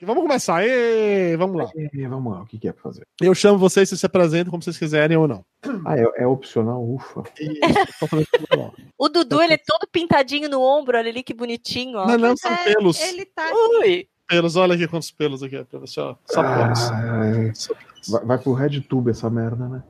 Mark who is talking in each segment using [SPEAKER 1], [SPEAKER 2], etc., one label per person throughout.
[SPEAKER 1] Vamos começar. Ê, vamos lá.
[SPEAKER 2] E vamos lá, o que, que é pra fazer?
[SPEAKER 1] Eu chamo vocês, vocês se apresentam como vocês quiserem ou não.
[SPEAKER 2] Ah, é, é opcional, ufa.
[SPEAKER 1] E- totalmente normal.
[SPEAKER 3] O Dudu, ele é todo pintadinho no ombro, olha ali que bonitinho, ó.
[SPEAKER 1] não, não, são
[SPEAKER 4] É,
[SPEAKER 1] pelos.
[SPEAKER 4] Ele tá.
[SPEAKER 3] Ui!
[SPEAKER 1] Pelos, olha aqui quantos pelos aqui, pra você, ó. Só pelos.
[SPEAKER 2] Ah,
[SPEAKER 1] Só pelos.
[SPEAKER 2] vai, vai pro RedTube essa merda, né?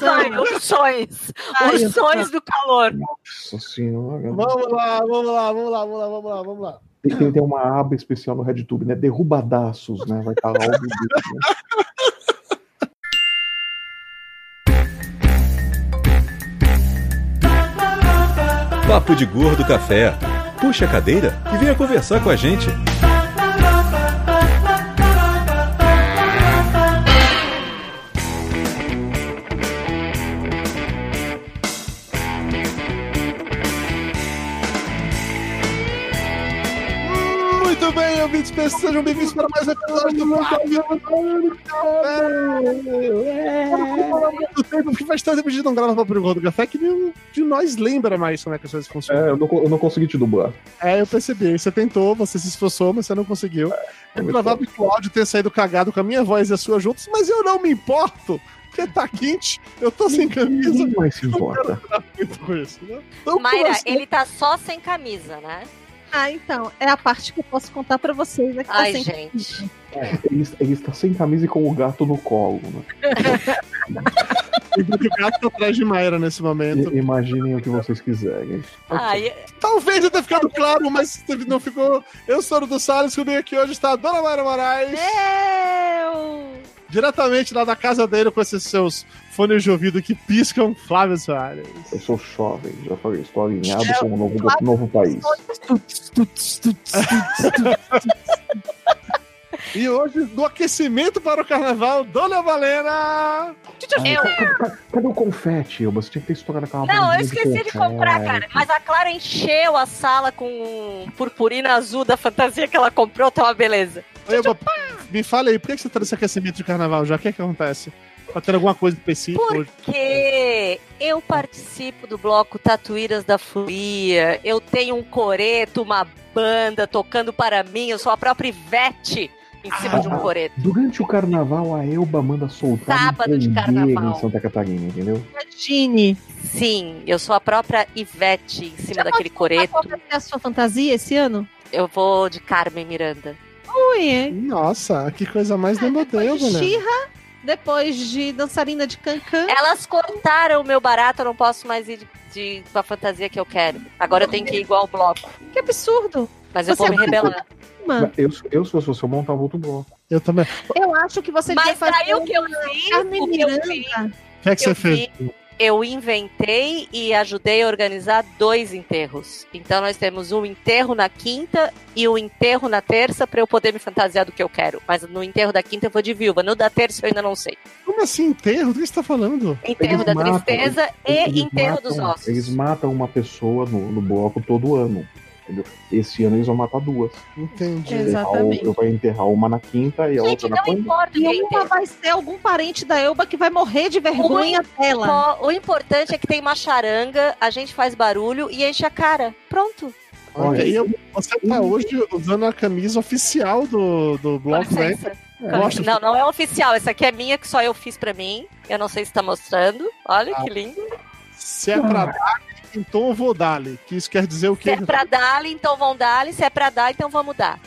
[SPEAKER 3] Sai, Ursões! Ursões do calor.
[SPEAKER 2] Nossa senhora.
[SPEAKER 1] Vamos lá, vamos lá, vamos lá, vamos lá, vamos lá, vamos lá.
[SPEAKER 2] Tem que ter uma aba especial no RedTube, né? Derrubadaços, né? Vai estar lá o Dudu, né?
[SPEAKER 5] Papo de Gordo Café. Puxa a cadeira e venha conversar com a gente.
[SPEAKER 1] Muito bem, ouvintes, pessoas, sejam bem-vindos para mais um episódio do Papo.
[SPEAKER 2] né?
[SPEAKER 1] É. Fala muito tempo, Porque faz tanto tempo que a gente não grava para o Gordo Café que nenhum de nós lembra mais como é que as coisas funcionam.
[SPEAKER 2] É, eu não, co- eu não consegui te dublar.
[SPEAKER 1] É, eu percebi. Você tentou, você se esforçou, mas você não conseguiu. É provável que o áudio tenha saído cagado com a minha voz e a sua juntos, mas eu não me importo, porque tá quente, eu tô sem camisa.
[SPEAKER 2] Ninguém mais se
[SPEAKER 1] não
[SPEAKER 2] importa.
[SPEAKER 1] quero lidar muito com isso, né? Então,
[SPEAKER 3] Mayra,
[SPEAKER 1] começa-
[SPEAKER 3] ele tá só sem camisa, né?
[SPEAKER 4] Ah, então. É a parte que eu posso contar pra vocês. É que tá
[SPEAKER 3] Ai,
[SPEAKER 4] sem-
[SPEAKER 3] gente.
[SPEAKER 2] Ele, ele está sem camisa e com o gato no colo, né?
[SPEAKER 1] O gato tá atrás de Mayra nesse momento.
[SPEAKER 2] I- Imaginem o que vocês quiserem.
[SPEAKER 3] Ai,
[SPEAKER 1] Talvez eu tenha ficado claro, mas não ficou. Eu sou o do Salles, comigo aqui hoje está a Dona Mayra Moraes,
[SPEAKER 3] eu...
[SPEAKER 1] diretamente lá da casa dele com esses seus fones de ouvido que piscam, Flávio Soares.
[SPEAKER 2] Eu sou jovem, já falei, estou alinhado
[SPEAKER 1] É
[SPEAKER 2] com um novo, novo país.
[SPEAKER 1] E hoje, do aquecimento para o carnaval, Dona Valena!
[SPEAKER 3] Eu...
[SPEAKER 2] Cadê o confete? Mas tinha que ter estourado aquela
[SPEAKER 3] Não, eu
[SPEAKER 2] bolinha
[SPEAKER 3] esqueci de
[SPEAKER 2] confete.
[SPEAKER 3] comprar, cara. Mas a Clara encheu a sala com um purpurina azul da fantasia que ela comprou, tá uma beleza.
[SPEAKER 1] Oi, Eba, me fala aí, por que que você trouxe aquecimento de carnaval já? O que é que acontece? Tá tendo alguma coisa específica
[SPEAKER 3] Por
[SPEAKER 1] hoje?
[SPEAKER 3] Que
[SPEAKER 4] é.
[SPEAKER 3] eu participo do bloco Tatuíras da Folia, eu tenho um coreto, uma banda tocando para mim, eu sou a própria Ivete em cima
[SPEAKER 2] Ah.
[SPEAKER 3] de um coreto.
[SPEAKER 2] Durante o carnaval, a Elba manda soltar um
[SPEAKER 3] Sábado de
[SPEAKER 2] pandeiro
[SPEAKER 3] carnaval.
[SPEAKER 2] em Santa Catarina, entendeu?
[SPEAKER 4] Imagine.
[SPEAKER 3] Sim, eu sou a própria Ivete em cima
[SPEAKER 4] Você
[SPEAKER 3] daquele
[SPEAKER 4] Mas
[SPEAKER 3] coreto.
[SPEAKER 4] Qual vai ser a sua fantasia esse ano?
[SPEAKER 3] Eu vou de Carmen Miranda.
[SPEAKER 4] Ui, hein?
[SPEAKER 1] Nossa, que coisa mais
[SPEAKER 4] Depois
[SPEAKER 1] demodeu,
[SPEAKER 4] de
[SPEAKER 1] né?
[SPEAKER 4] Xirra, depois de dançarina de Cancan.
[SPEAKER 3] Elas cortaram o meu barato, eu não posso mais ir de, de, com a fantasia que eu quero. Agora eu tenho que ir igual o bloco.
[SPEAKER 4] Que absurdo.
[SPEAKER 3] Mas eu
[SPEAKER 4] Você
[SPEAKER 3] vou me
[SPEAKER 4] vai-
[SPEAKER 3] rebelar.
[SPEAKER 4] Mano,
[SPEAKER 2] Eu, eu, se fosse você, eu montava outro bloco.
[SPEAKER 1] Eu também.
[SPEAKER 4] eu acho que você devia
[SPEAKER 3] Mas
[SPEAKER 4] fazer um
[SPEAKER 3] daí o que eu fiz,
[SPEAKER 4] Carmen
[SPEAKER 3] o que eu fiz,
[SPEAKER 4] Miranda.
[SPEAKER 1] O que é que você
[SPEAKER 3] eu
[SPEAKER 1] fez?
[SPEAKER 3] eu inventei e ajudei a organizar dois enterros. Então nós temos um enterro na quinta e um enterro na terça para eu poder me fantasiar do que eu quero. Mas no enterro da quinta eu vou de viúva, no da terça eu ainda não sei.
[SPEAKER 1] Como assim, enterro? Do que você tá falando?
[SPEAKER 3] Enterro
[SPEAKER 2] Eles
[SPEAKER 3] da
[SPEAKER 2] matam,
[SPEAKER 3] tristeza e enterro dos
[SPEAKER 2] matam-
[SPEAKER 3] ossos.
[SPEAKER 2] Eles matam uma pessoa no, no bloco todo ano. Entendeu? Esse ano eles vão matar duas.
[SPEAKER 3] É.
[SPEAKER 1] Entendi.
[SPEAKER 4] Exato.
[SPEAKER 2] Enterrar o- Eu vou enterrar uma na quinta e a
[SPEAKER 3] Gente,
[SPEAKER 2] outra
[SPEAKER 3] então
[SPEAKER 2] na
[SPEAKER 3] não
[SPEAKER 2] pandeiro.
[SPEAKER 3] importa
[SPEAKER 4] E
[SPEAKER 3] quem
[SPEAKER 4] uma
[SPEAKER 3] enterra.
[SPEAKER 4] vai ser algum parente da Elba que vai morrer de vergonha dela.
[SPEAKER 3] Só- O importante é que tem uma charanga, a gente faz barulho e enche a cara. Pronto.
[SPEAKER 1] Olha, e eu- você tá hoje usando a camisa oficial do, do bloco,
[SPEAKER 3] Com
[SPEAKER 1] né?
[SPEAKER 3] licença.
[SPEAKER 1] Eu acho
[SPEAKER 3] Não, não é oficial. Essa aqui é minha, que só eu fiz pra mim. Eu não sei se tá mostrando. Olha
[SPEAKER 2] Ah.
[SPEAKER 3] que lindo.
[SPEAKER 1] Se é pra dar, então eu vou dar-lhe. Que isso quer dizer o
[SPEAKER 3] Se
[SPEAKER 1] quê?
[SPEAKER 3] é pra dar, então vão dar. Se é pra dar, então vamos dar.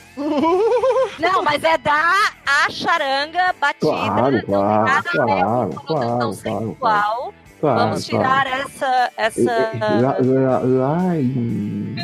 [SPEAKER 3] Não, mas é dar a charanga batida.
[SPEAKER 2] Claro, claro,
[SPEAKER 3] né? nada a ver
[SPEAKER 2] claro,
[SPEAKER 3] com conotação
[SPEAKER 2] claro, claro, claro.
[SPEAKER 3] sexual.
[SPEAKER 2] claro,
[SPEAKER 3] Vamos tirar essa.
[SPEAKER 2] E- e-
[SPEAKER 3] essa...
[SPEAKER 2] Lá, lá- lá em,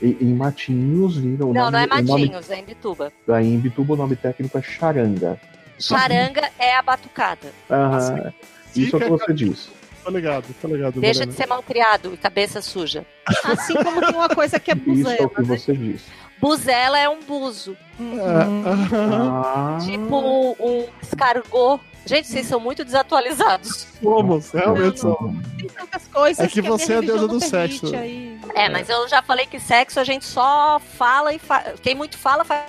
[SPEAKER 2] em- em Matinhos viram o
[SPEAKER 3] Não,
[SPEAKER 2] nome,
[SPEAKER 3] não é
[SPEAKER 2] o nome-
[SPEAKER 3] Matinhos, é em Bituba.
[SPEAKER 2] Lá em Bituba o nome técnico é Charanga.
[SPEAKER 3] Charanga é a batucada.
[SPEAKER 2] Aham, isso é o que você diz.
[SPEAKER 1] Tá ligado, tá ligado.
[SPEAKER 3] Deixa
[SPEAKER 1] Mariana.
[SPEAKER 3] de ser malcriado e cabeça suja.
[SPEAKER 4] Assim como tem uma coisa que é
[SPEAKER 2] Isso é o
[SPEAKER 4] buzela.
[SPEAKER 2] que
[SPEAKER 3] né?
[SPEAKER 2] você diz.
[SPEAKER 3] Buzela é um buzo, um
[SPEAKER 1] Ah, ah,
[SPEAKER 2] Ah,
[SPEAKER 3] tipo um escargot. Gente, vocês são muito desatualizados.
[SPEAKER 1] Ah. somos, realmente somos.
[SPEAKER 4] Tem tantas coisas
[SPEAKER 1] É que
[SPEAKER 4] minha
[SPEAKER 1] você é a
[SPEAKER 4] religião
[SPEAKER 1] deusa
[SPEAKER 4] não
[SPEAKER 1] do
[SPEAKER 4] permite
[SPEAKER 1] sexo.
[SPEAKER 4] aí.
[SPEAKER 3] É, mas eu já falei que sexo a gente só fala e fa... quem muito fala faz.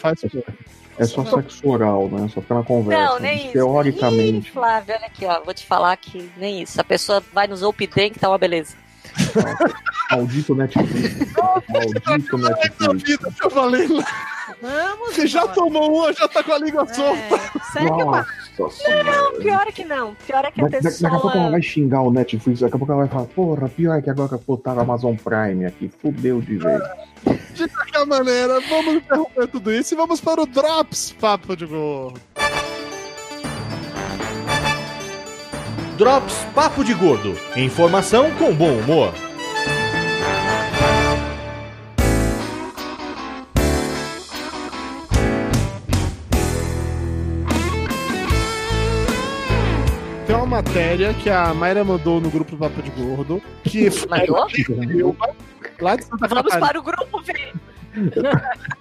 [SPEAKER 1] Faz
[SPEAKER 2] é só sexo oral, né? Só ficar na conversa.
[SPEAKER 3] Não, nem isso.
[SPEAKER 2] Teoricamente.
[SPEAKER 3] Ih, Flávia, olha aqui, ó. Vou te falar que nem isso. A pessoa vai nos Open que tá uma beleza.
[SPEAKER 2] Maldito Netflix. Maldito
[SPEAKER 1] Puta
[SPEAKER 2] Netflix.
[SPEAKER 1] vida que eu falei lá.
[SPEAKER 4] Vamos.
[SPEAKER 1] Você já
[SPEAKER 4] embora.
[SPEAKER 1] tomou uma, já tá com a língua solta.
[SPEAKER 4] É, segue o barco.
[SPEAKER 2] Não,
[SPEAKER 3] Pior é que não. Pior é que a
[SPEAKER 2] Da, da, daqui a pouco ela
[SPEAKER 3] pessoa.
[SPEAKER 2] vai xingar o Netflix, daqui a pouco ela vai falar, porra, pior é que agora que botaram a Amazon Prime aqui, fudeu de vez.
[SPEAKER 1] De qualquer maneira, vamos interromper tudo isso e vamos para o Drops, Papo de Gordo.
[SPEAKER 5] Drops Papo de Gordo. Informação com bom humor.
[SPEAKER 1] Tem uma matéria que a Mayra mandou no grupo do Papo de Gordo, que
[SPEAKER 3] Mandou?
[SPEAKER 1] lá de Santa
[SPEAKER 3] Vamos
[SPEAKER 1] Catarina.
[SPEAKER 3] para o grupo ver.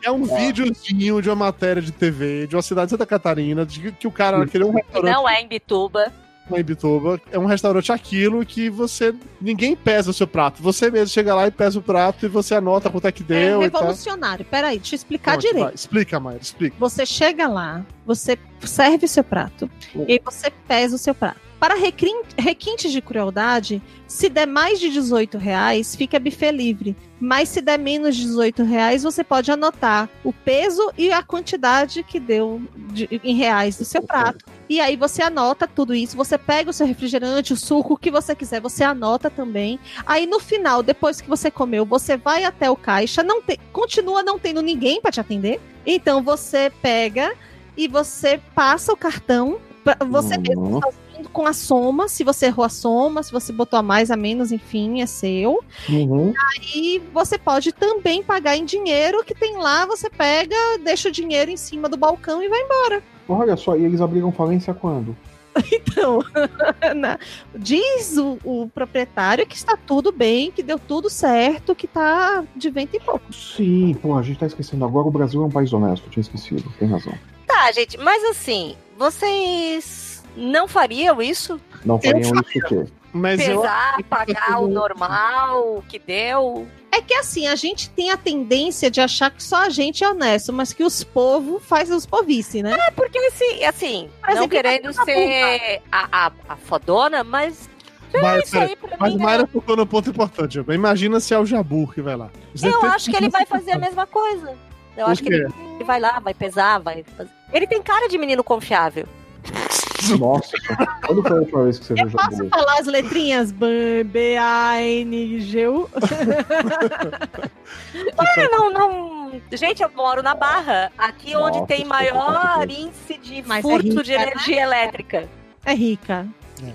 [SPEAKER 1] É um videozinho de uma matéria de TV de uma cidade de Santa Catarina, de que o cara criou um restaurante
[SPEAKER 3] Não é em Bituba.
[SPEAKER 1] na Ibituba. É um restaurante aquilo que você. ninguém pesa o seu prato. Você mesmo chega lá e pesa o prato e você anota quanto é que
[SPEAKER 4] É
[SPEAKER 1] deu. e tal.
[SPEAKER 4] revolucionário. Peraí, deixa eu explicar
[SPEAKER 1] Pronto,
[SPEAKER 4] direito.
[SPEAKER 1] vai. Explica, Mayra, explica.
[SPEAKER 4] Você chega lá, você serve o seu prato
[SPEAKER 1] Hum.
[SPEAKER 4] e aí você pesa o seu prato. Para requin- requintes de crueldade, se der mais de 18 reais, fica buffet livre. Mas se der menos de 18 reais, você pode anotar o peso e a quantidade que deu de- em reais do seu prato. E aí você anota tudo isso. Você pega o seu refrigerante, o suco, o que você quiser, você anota também. Aí no final, depois que você comeu, você vai até o caixa, não tem, continua não tendo ninguém para te atender. Então você pega e você passa o cartão. pra-
[SPEAKER 2] Hum.
[SPEAKER 4] Você mesmo
[SPEAKER 2] Nossa.
[SPEAKER 4] sozinho com a soma, se você errou a soma, se você botou a mais, a menos, enfim, é seu.
[SPEAKER 2] Uhum.
[SPEAKER 4] E você pode também pagar em dinheiro que tem lá, você pega, deixa o dinheiro em cima do balcão e vai embora.
[SPEAKER 2] Olha só, e eles abrigam falência quando?
[SPEAKER 4] Então, né? diz o, o proprietário que está tudo bem, que deu tudo certo, que tá de vento em pouco.
[SPEAKER 2] Sim, pô, a gente tá esquecendo agora, o Brasil é um país honesto, tinha esquecido, tem razão.
[SPEAKER 3] Tá, gente, mas assim, vocês não fariam isso?
[SPEAKER 2] Não fariam isso o quê?
[SPEAKER 1] Mas eu
[SPEAKER 3] Pesar, pagar o
[SPEAKER 1] eu-
[SPEAKER 3] normal, o que deu?
[SPEAKER 4] É que assim, a gente tem a tendência de achar que só a gente é honesto, mas que os povos fazem os povice, né?
[SPEAKER 3] É porque, assim, assim
[SPEAKER 4] Por
[SPEAKER 3] não
[SPEAKER 4] exemplo,
[SPEAKER 3] querendo
[SPEAKER 4] na
[SPEAKER 3] ser a, a, a fodona, mas é
[SPEAKER 1] Mas, é,
[SPEAKER 3] isso aí pra
[SPEAKER 1] Mas
[SPEAKER 3] mim né?
[SPEAKER 1] Mayra focou no ponto importante. Juba. Imagina se é o Jabu que vai lá.
[SPEAKER 3] Eu acho que ele vai fazer a mesma coisa. Eu
[SPEAKER 1] Por
[SPEAKER 3] acho que
[SPEAKER 1] quê?
[SPEAKER 3] ele ele vai lá, vai pesar, vai fazer. Ele tem cara de menino confiável.
[SPEAKER 2] Nossa, quando foi a última vez que você viu
[SPEAKER 4] Eu posso
[SPEAKER 2] jabu?
[SPEAKER 4] falar as letrinhas? B, B, A, N, G, U.
[SPEAKER 3] É, não, não. Gente, eu moro na Barra, aqui
[SPEAKER 2] Nossa,
[SPEAKER 3] onde tem
[SPEAKER 2] que
[SPEAKER 3] maior
[SPEAKER 2] complicado.
[SPEAKER 3] índice de
[SPEAKER 4] Mas é
[SPEAKER 3] furto
[SPEAKER 4] rica,
[SPEAKER 3] de
[SPEAKER 4] né?
[SPEAKER 3] energia elétrica.
[SPEAKER 4] É rica.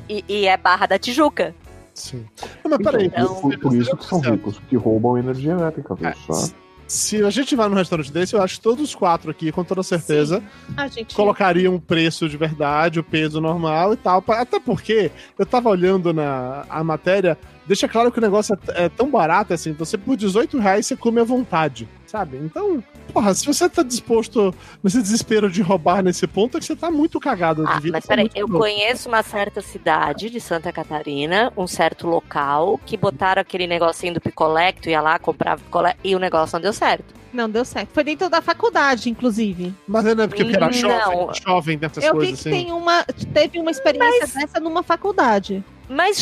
[SPEAKER 3] E, e é Barra da Tijuca.
[SPEAKER 1] Sim. Não, mas peraí.
[SPEAKER 3] Então-
[SPEAKER 2] por, por isso que são tá? ricos, que roubam energia elétrica, viu? Só.
[SPEAKER 1] Se a gente vai num restaurante desse, eu acho que todos os quatro aqui, com toda certeza,
[SPEAKER 4] A Ah, gente.
[SPEAKER 1] colocariam um preço de verdade, o peso normal e tal. pa- Até porque eu tava olhando na a matéria, deixa claro que o negócio é t- é, tão barato assim, você por 18 reais você come à vontade, sabe? Então, porra, se você tá disposto nesse desespero de roubar nesse ponto, é que você tá muito cagado de
[SPEAKER 3] Ah,
[SPEAKER 1] vida.
[SPEAKER 3] mas
[SPEAKER 1] tá
[SPEAKER 3] peraí,
[SPEAKER 1] muito
[SPEAKER 3] eu
[SPEAKER 1] louco.
[SPEAKER 3] conheço uma certa cidade de Santa Catarina, um certo local, que botaram aquele negocinho do picolé, que tu ia lá, comprava picolé, e o negócio não deu certo.
[SPEAKER 4] Não, deu certo. Foi dentro da faculdade, inclusive.
[SPEAKER 1] Mas não é porque era
[SPEAKER 3] Não.
[SPEAKER 1] jovem, jovem dessas
[SPEAKER 4] eu vi que
[SPEAKER 1] coisas assim.
[SPEAKER 4] tem uma, teve uma experiência dessa numa faculdade.
[SPEAKER 3] Mas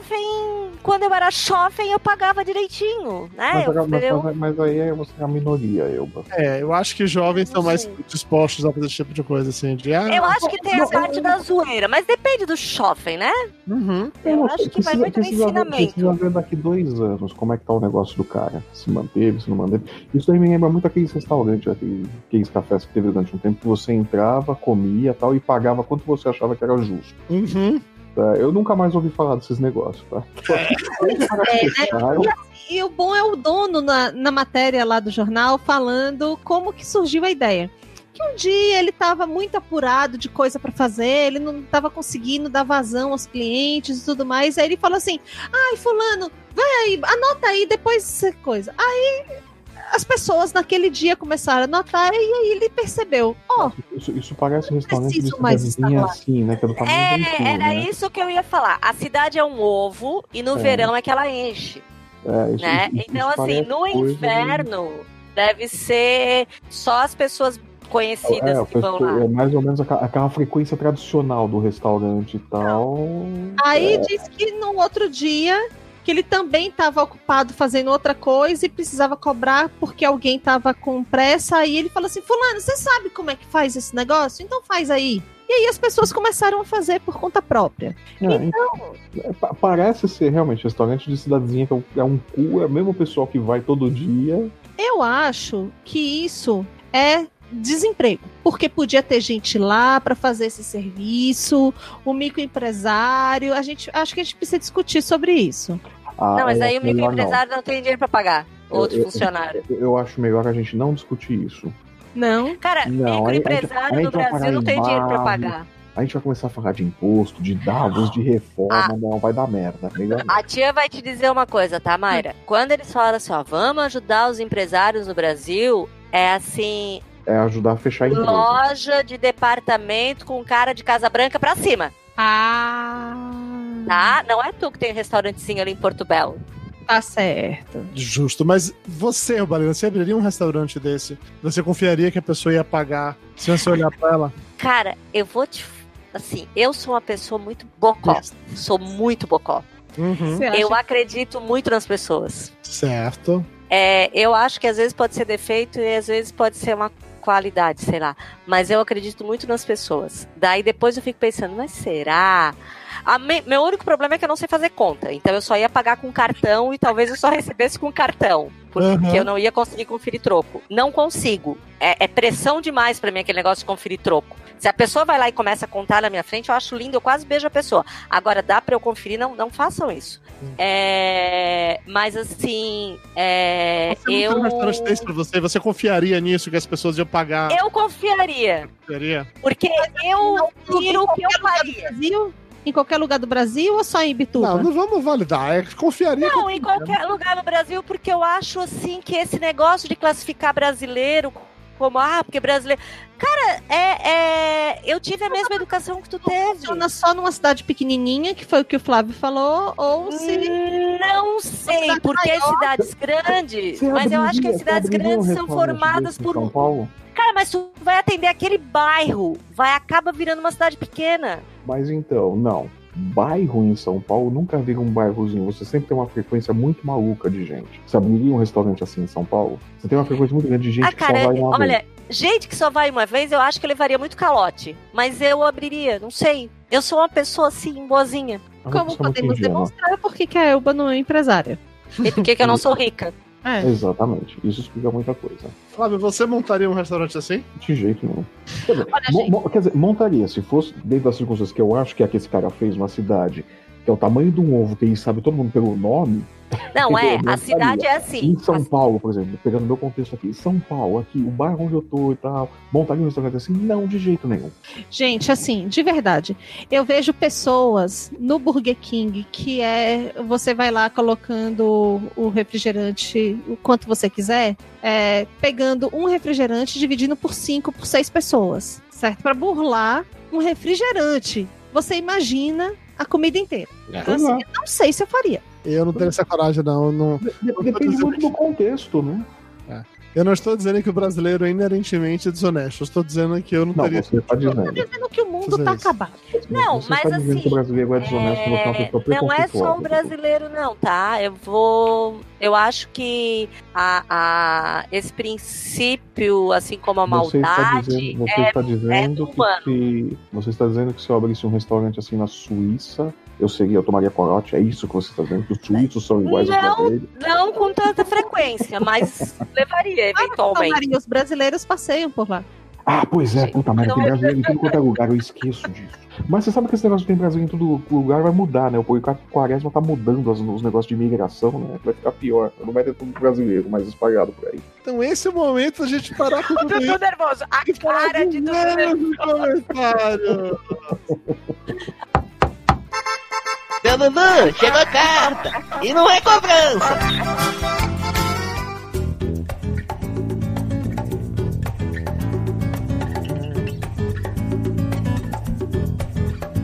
[SPEAKER 3] jovem, quando eu era jovem, eu pagava direitinho,
[SPEAKER 2] Mas,
[SPEAKER 3] né?
[SPEAKER 4] É,
[SPEAKER 3] eu,
[SPEAKER 2] agora- mas-
[SPEAKER 3] eu-
[SPEAKER 2] mas- mas aí é você é a minoria, Elba.
[SPEAKER 1] É, eu acho que jovens estão
[SPEAKER 3] Não
[SPEAKER 1] mais
[SPEAKER 3] sei.
[SPEAKER 1] dispostos a fazer esse tipo de coisa assim. De, ah,
[SPEAKER 3] Eu acho que tem a parte da zoeira, mas depende do shopping, né?
[SPEAKER 1] uhum.
[SPEAKER 3] Eu acho que vai
[SPEAKER 2] Precisa-
[SPEAKER 3] muito no
[SPEAKER 2] precisa ver- Precisa
[SPEAKER 3] ensinamento.
[SPEAKER 2] ver daqui dois anos como é que tá o negócio do cara. Se manteve, se não manteve. Isso aí me lembra muito aqueles restaurantes, aqueles, aqueles cafés que teve durante um tempo que você entrava, comia tal e pagava quanto você achava que era justo.
[SPEAKER 1] Uhum.
[SPEAKER 2] tá? Eu nunca mais ouvi falar desses negócios, tá? Ou os caras
[SPEAKER 3] É, né?
[SPEAKER 2] fecharam,
[SPEAKER 4] E o bom é o dono na, na matéria lá do jornal falando como que surgiu a ideia. Que um dia ele estava muito apurado de coisa para fazer, ele não estava conseguindo dar vazão aos clientes e tudo mais. Aí ele falou assim: ai, Fulano, vai aí, anota aí, depois essa coisa. Aí as pessoas naquele dia começaram a anotar e aí ele percebeu: ó,
[SPEAKER 2] Isso, isso parece um restaurante de
[SPEAKER 4] preciso mais
[SPEAKER 2] cidadezinha
[SPEAKER 4] estar lá.
[SPEAKER 2] assim, né? Que é do tamanho de um
[SPEAKER 3] É,
[SPEAKER 2] time,
[SPEAKER 3] era
[SPEAKER 2] né?
[SPEAKER 3] isso que eu ia falar. A cidade é um ovo e no
[SPEAKER 2] É.
[SPEAKER 3] verão é que ela enche,
[SPEAKER 2] É, isso-
[SPEAKER 3] né?
[SPEAKER 2] isso- isso
[SPEAKER 3] Então, assim,
[SPEAKER 2] parece
[SPEAKER 3] no
[SPEAKER 2] coisa de-
[SPEAKER 3] inverno deve ser só as pessoas conhecidas
[SPEAKER 2] É, o
[SPEAKER 3] que vão
[SPEAKER 2] pessoal-
[SPEAKER 3] lá.
[SPEAKER 2] é mais ou menos aquela, aquela frequência tradicional do restaurante e tal.
[SPEAKER 4] Aí diz que no outro dia que ele também estava ocupado fazendo outra coisa e precisava cobrar porque alguém estava com pressa. Aí ele falou assim: Fulano, você sabe como é que faz esse negócio? Então faz aí. E aí as pessoas começaram a fazer por conta própria.
[SPEAKER 2] É,
[SPEAKER 3] Então,
[SPEAKER 2] é, pa- Parece ser realmente restaurante de cidadezinha, que é um, é um cu, é o mesmo pessoal que vai todo dia.
[SPEAKER 4] Eu acho que isso é desemprego, porque podia ter gente lá para fazer esse serviço, o microempresário. A gente acho que a gente precisa discutir sobre isso.
[SPEAKER 2] Ah,
[SPEAKER 3] não, mas
[SPEAKER 2] eu
[SPEAKER 3] aí
[SPEAKER 2] acho
[SPEAKER 3] o
[SPEAKER 2] melhor
[SPEAKER 3] microempresário não. tem dinheiro pra pagar. Outro
[SPEAKER 2] Eu- eu-
[SPEAKER 3] funcionário.
[SPEAKER 2] não. Eu, eu acho melhor a gente não discutir isso.
[SPEAKER 4] Não,
[SPEAKER 3] Cara,
[SPEAKER 2] Não, aí-
[SPEAKER 3] microempresário
[SPEAKER 2] aí- aí
[SPEAKER 3] no
[SPEAKER 2] tu vai
[SPEAKER 3] Brasil não tem
[SPEAKER 2] pagar
[SPEAKER 3] dinheiro pra
[SPEAKER 2] em né?
[SPEAKER 3] pagar.
[SPEAKER 2] A gente vai começar a falar de imposto, de davos, de reforma,
[SPEAKER 3] Ah.
[SPEAKER 2] não, vai dar merda. Melhor não.
[SPEAKER 3] A tia vai te dizer uma coisa, tá,
[SPEAKER 2] Hum.
[SPEAKER 3] Mayra? Quando eles falam assim, ó, vamos ajudar os empresários no Brasil, é assim,
[SPEAKER 2] é ajudar a fechar a empresa.
[SPEAKER 3] loja de departamento com cara de Casa Branca pra cima,
[SPEAKER 4] ah,
[SPEAKER 3] tá? Não é tu que tem um restaurantezinho ali em Porto Belo.
[SPEAKER 4] tá certo.
[SPEAKER 1] Justo, mas você, Balena, você abriria um restaurante desse? Você confiaria que a pessoa ia pagar sem você olhar pra ela?
[SPEAKER 3] Cara, eu vou te... Assim, eu sou uma pessoa muito bocó. Sou muito bocó.
[SPEAKER 1] Uhum.
[SPEAKER 4] Você acha
[SPEAKER 3] Eu acredito muito nas pessoas.
[SPEAKER 1] Certo.
[SPEAKER 3] É, eu acho que às vezes pode ser defeito e às vezes pode ser uma qualidade, sei lá. Mas eu acredito muito nas pessoas. Daí depois eu fico pensando, mas será? A me- meu único problema é que eu não sei fazer conta. Então eu só ia pagar com cartão e talvez eu só recebesse com cartão. Porque
[SPEAKER 1] Uhum.
[SPEAKER 3] eu não ia conseguir conferir troco. Não consigo. É, é pressão demais pra mim aquele negócio de conferir troco. Se a pessoa vai lá e começa a contar na minha frente, eu acho lindo, eu quase beijo a pessoa. Agora, dá pra eu conferir? Não, não façam isso. É, mas assim, é,
[SPEAKER 1] Se eu...
[SPEAKER 3] eu,
[SPEAKER 1] um restaurante desse pra você, você confiaria nisso que as pessoas iam pagar?
[SPEAKER 3] eu confiaria.
[SPEAKER 1] Confiaria?
[SPEAKER 3] Porque eu tiro o que eu faria.
[SPEAKER 4] Brasil? Em qualquer lugar do Brasil ou só em Bituba?
[SPEAKER 1] Não, não vamos validar. É, confiaria
[SPEAKER 3] Não, em qualquer lugar no Brasil, porque eu acho assim que esse negócio de classificar brasileiro como, ah, porque brasileiro. Cara, é, é- eu tive a mesma educação que tu teve.
[SPEAKER 4] Funciona só numa cidade pequenininha, que foi o que o Flávio falou, ou se
[SPEAKER 3] Não sei, porque as cidades grandes,
[SPEAKER 2] Você
[SPEAKER 3] mas eu acho que
[SPEAKER 2] abriria-
[SPEAKER 3] as cidades
[SPEAKER 2] você abriria um
[SPEAKER 3] grandes são
[SPEAKER 2] restaurante
[SPEAKER 3] formadas
[SPEAKER 2] desse em
[SPEAKER 3] por
[SPEAKER 2] São
[SPEAKER 3] um.
[SPEAKER 2] Paulo?
[SPEAKER 3] Cara, mas tu vai atender aquele bairro, vai acaba virando uma cidade pequena.
[SPEAKER 2] Mas então, não. Bairro em São Paulo nunca vira um bairrozinho. Você sempre tem uma frequência muito maluca de gente. Você abriria um restaurante assim em São Paulo? Você tem uma frequência muito grande de gente
[SPEAKER 3] ah,
[SPEAKER 2] que
[SPEAKER 3] cara,
[SPEAKER 2] só vai uma vez.
[SPEAKER 3] olha, gente que só vai uma vez, eu acho que ele varia muito calote, mas eu abriria, não sei. Eu sou uma pessoa assim, boazinha.
[SPEAKER 1] Hum,
[SPEAKER 2] É uma
[SPEAKER 4] como
[SPEAKER 2] pessoa muito
[SPEAKER 4] podemos
[SPEAKER 2] ingênua.
[SPEAKER 4] demonstrar porque que a Elba não é empresária.
[SPEAKER 3] E por que que eu não sou rica?
[SPEAKER 4] É.
[SPEAKER 2] Exatamente. Isso explica muita coisa.
[SPEAKER 1] Flávio, você montaria um restaurante assim?
[SPEAKER 2] De jeito nenhum. Quer dizer,
[SPEAKER 4] Olha,
[SPEAKER 2] mo-
[SPEAKER 4] gente.
[SPEAKER 2] mo- quer dizer, montaria. Se fosse dentro das circunstâncias que eu acho que é que esse cara fez uma cidade, que é o tamanho de um ovo, que ele sabe todo mundo pelo nome,
[SPEAKER 3] Não, é,
[SPEAKER 2] Eu
[SPEAKER 3] a cidade é assim.
[SPEAKER 2] Em São Paulo, por exemplo, pegando meu contexto aqui, São Paulo, aqui, o bairro onde eu tô e tal, montaria um restaurante assim? Não, de jeito nenhum.
[SPEAKER 4] Gente, assim, de verdade, eu vejo pessoas no Burger King que é você vai lá colocando o refrigerante o quanto você quiser, é, pegando um refrigerante e dividindo por cinco, por seis pessoas, certo? Pra burlar um refrigerante. Você imagina a comida inteira. Então,
[SPEAKER 2] Pois é.
[SPEAKER 4] assim, eu não sei se eu faria.
[SPEAKER 1] Eu não teria essa coragem, não. Eu não,
[SPEAKER 2] De- Depende muito do contexto, né?
[SPEAKER 1] eu não estou dizendo que o brasileiro é inerentemente desonesto. Eu estou dizendo que eu não,
[SPEAKER 2] Não,
[SPEAKER 1] teria.
[SPEAKER 2] você tá dizendo.
[SPEAKER 4] Dizendo que o mundo
[SPEAKER 1] Fazer
[SPEAKER 4] tá
[SPEAKER 1] isso.
[SPEAKER 4] acabado.
[SPEAKER 3] Não,
[SPEAKER 2] você
[SPEAKER 3] mas
[SPEAKER 2] tá dizendo
[SPEAKER 3] assim,
[SPEAKER 2] que o brasileiro é desonesto, você é uma pessoa
[SPEAKER 3] É, não é só
[SPEAKER 2] preconceituosa.
[SPEAKER 3] o brasileiro, não, tá? Eu vou. Eu acho que a, a- esse princípio, assim como a
[SPEAKER 2] Você está
[SPEAKER 3] maldade,
[SPEAKER 2] dizendo, você
[SPEAKER 3] é
[SPEAKER 2] está dizendo
[SPEAKER 3] é humano.
[SPEAKER 2] que se, você está dizendo que se eu abrisse um restaurante assim na Suíça, eu seria, eu tomaria corote. É isso que você está dizendo? Que os suíços são iguais aos
[SPEAKER 3] Não,
[SPEAKER 2] brasileiros?
[SPEAKER 3] não com tanta frequência, mas levaria
[SPEAKER 4] Então,
[SPEAKER 3] eventualmente.
[SPEAKER 4] Maria, os brasileiros passeiam por lá.
[SPEAKER 2] Ah, pois é, puta merda,
[SPEAKER 3] Não
[SPEAKER 2] tem
[SPEAKER 3] é-
[SPEAKER 2] brasileiro em tudo quanto é lugar, eu esqueço disso. Mas você sabe que esse negócio que tem brasileiro em todo lugar vai mudar, né? O Policarpo Quaresma tá mudando as- os negócios de imigração, né? Vai ficar pior. Não vai ter tudo brasileiro mais espalhado por aí.
[SPEAKER 1] Então, esse é o momento da gente parar com tudo isso.
[SPEAKER 3] Dudu nervoso, a
[SPEAKER 1] e falar
[SPEAKER 3] cara
[SPEAKER 1] do
[SPEAKER 3] de Dudu nervoso.
[SPEAKER 1] mesmo comentário.
[SPEAKER 6] Seu Dudu, chegou a carta. E não é cobrança.